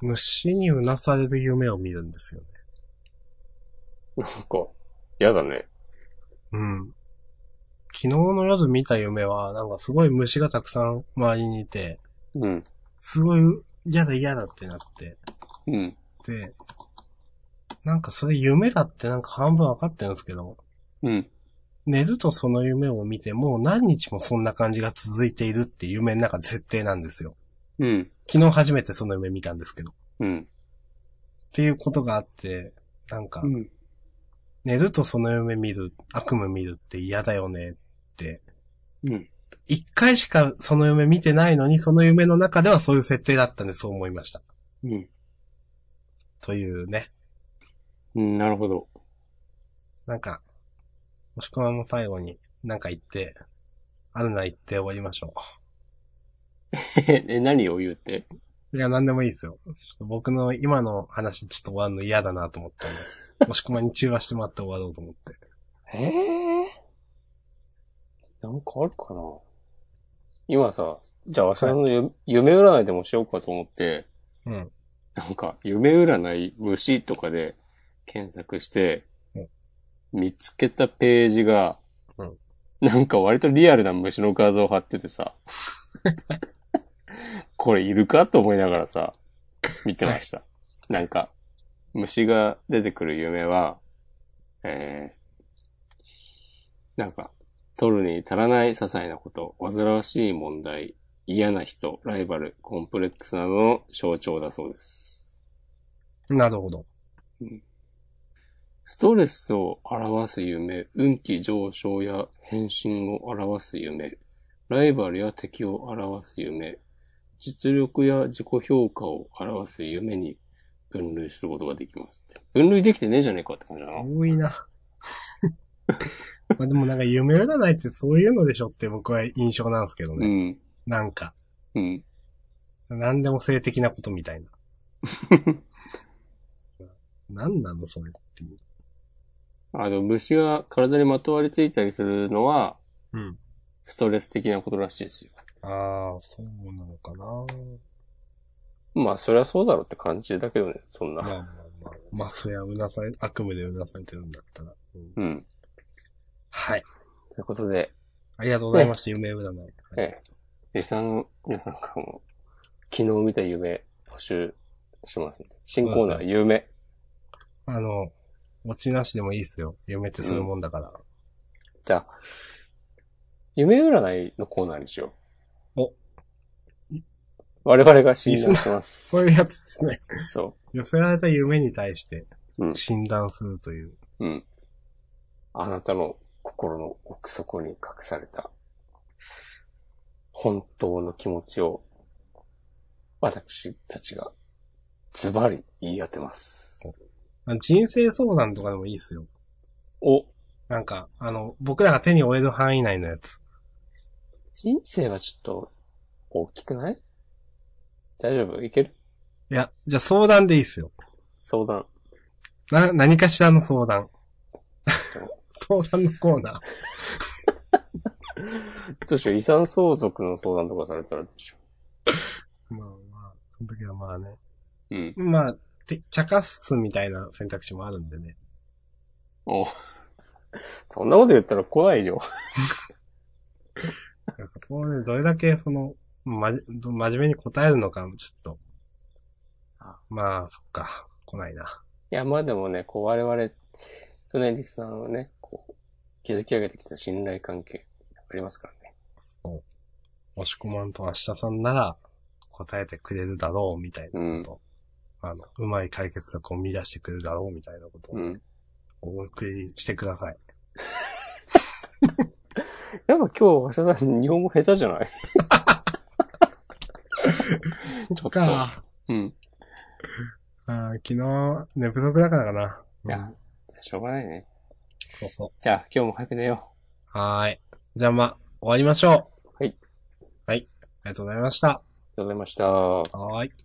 Speaker 2: 虫にうなされる夢を見るんですよね。
Speaker 1: う。なんか、やだね。
Speaker 2: うん。昨日の夜見た夢は、なんかすごい虫がたくさん周りにいて、
Speaker 1: うん。
Speaker 2: すごい嫌だ嫌だってなって、
Speaker 1: うん。
Speaker 2: で、なんかそれ夢だってなんか半分わかってるんですけど、
Speaker 1: うん。
Speaker 2: 寝るとその夢を見てもう何日もそんな感じが続いているっていう夢の中で設定なんですよ。
Speaker 1: うん。
Speaker 2: 昨日初めてその夢見たんですけど。
Speaker 1: うん。
Speaker 2: っていうことがあって、なんか
Speaker 1: う、ん。
Speaker 2: 寝るとその夢見る、悪夢見るって嫌だよねって。
Speaker 1: うん。
Speaker 2: 一回しかその夢見てないのに、その夢の中ではそういう設定だったんでそう思いました。
Speaker 1: うん。
Speaker 2: というね。
Speaker 1: うん、なるほど。
Speaker 2: なんか、押し込まんも最後になんか言って、あるなら言って終わりましょ
Speaker 1: え、何を言うって
Speaker 2: う。いや、なんでもいいですよ。ちょっと僕の今の話ちょっと終わるの嫌だなと思ったんで、押し込まんに中和してもらって終わろうと思って。
Speaker 1: ええなんかあるかな今さ、じゃあ、浅田のゆ、夢占いでもしようかと思って、
Speaker 2: うん。
Speaker 1: なんか、夢占い虫とかで検索して、
Speaker 2: うん
Speaker 1: 見つけたページが、
Speaker 2: うん
Speaker 1: なんか割とリアルな虫の画像を貼ってて さ、これいるかと思いながらさ、見てました。なんか、虫が出てくる夢は、えー、なんか、取るに足らない些細なこと、煩わしい問題、嫌な人、ライバル、コンプレックスなどの象徴だそうです。
Speaker 2: なるほど。
Speaker 1: ストレスを表す夢、運気上昇や変身を表す夢、ライバルや敵を表す夢、実力や自己評価を表す夢に分類することができますって。分類できてねえじゃねえかって感じだな。
Speaker 2: 多いな。 まあでもなんか夢占いってそういうのでしょって僕は印象なんですけど
Speaker 1: う
Speaker 2: ね。
Speaker 1: ん。
Speaker 2: なんか、
Speaker 1: うん。
Speaker 2: なんでも性的なことみたい な。なんなのそれっていう。
Speaker 1: あの、虫が体にまとわりついたりするのは、
Speaker 2: うん。
Speaker 1: ストレス的なことらしいですよ。
Speaker 2: ああ、そうなのかな。
Speaker 1: まあ、そりゃそうだろうって感じだけどね、そん
Speaker 2: まあま
Speaker 1: な。
Speaker 2: あまあ。まあそりゃうなされ、悪夢でうなされてるんだったら。うん
Speaker 1: うん。
Speaker 2: はい。
Speaker 1: ということで、
Speaker 2: ありがとうございました、夢占い。はい
Speaker 1: ええ、リスナーの皆さんからも、昨日見た夢、募集しますので。新コーナー、夢。
Speaker 2: あの、落ちなしでもいいっすよ。夢ってそういうもんだから。
Speaker 1: じゃあ、夢占いのコーナーにしよう。
Speaker 2: お。
Speaker 1: 我々が診断してます
Speaker 2: そ。ういうやつですね。
Speaker 1: そ
Speaker 2: 寄せられた夢に対して
Speaker 1: うん
Speaker 2: 診断するという。
Speaker 1: う。うん。あなたの心の奥底に隠された、本当の気持ちを、私たちが、ズバリ言い当てます。
Speaker 2: あの人生相談とかでもいいっすよ。
Speaker 1: お、
Speaker 2: なんか、あの、僕らが手に負える範囲内のやつ。
Speaker 1: 人生はちょっと、大きくない大丈夫いける
Speaker 2: いや、じゃあ相談でいいっすよ。
Speaker 1: 相談。
Speaker 2: な、何かしらの相談。 相談のコーナー。
Speaker 1: どうしよう遺産相続の相談とかされたらどうしよ
Speaker 2: まあまあ、その時はまあね。
Speaker 1: う。うん。
Speaker 2: まあ、て、茶化すみたいな選択肢もあるんでね。
Speaker 1: お そんなこと言ったら怖いよ。
Speaker 2: なんか、こうね、どれだけその、まじ、ど真面目に答えるのか、ちょっと。まあ、そっか。来ないな。
Speaker 1: いや、まあでもね、こう我々、とね、リスナーをね、こう、築き上げてきた信頼関係、ありますからね。
Speaker 2: そう。押し込まんと明日さんなら答えてくれるだろうみたいなこと。あの、うまい解決策を見出してくれるだろうみたいなこと
Speaker 1: う
Speaker 2: を
Speaker 1: ん。
Speaker 2: お送りしてください。
Speaker 1: やっぱ今日、橋田さん、日本語下手じゃない
Speaker 2: そっ
Speaker 1: ちょっと
Speaker 2: か。
Speaker 1: うん。
Speaker 2: あー昨日、寝不足だからかな。
Speaker 1: いや
Speaker 2: うん、
Speaker 1: じゃあしょうがないね。
Speaker 2: そうそう。
Speaker 1: じゃあ、今日も早く寝よう。
Speaker 2: はーい。じゃあまあ、終わりましょう。
Speaker 1: はい。
Speaker 2: はい。ありがとうございました。
Speaker 1: ありがとうございました。
Speaker 2: はーい。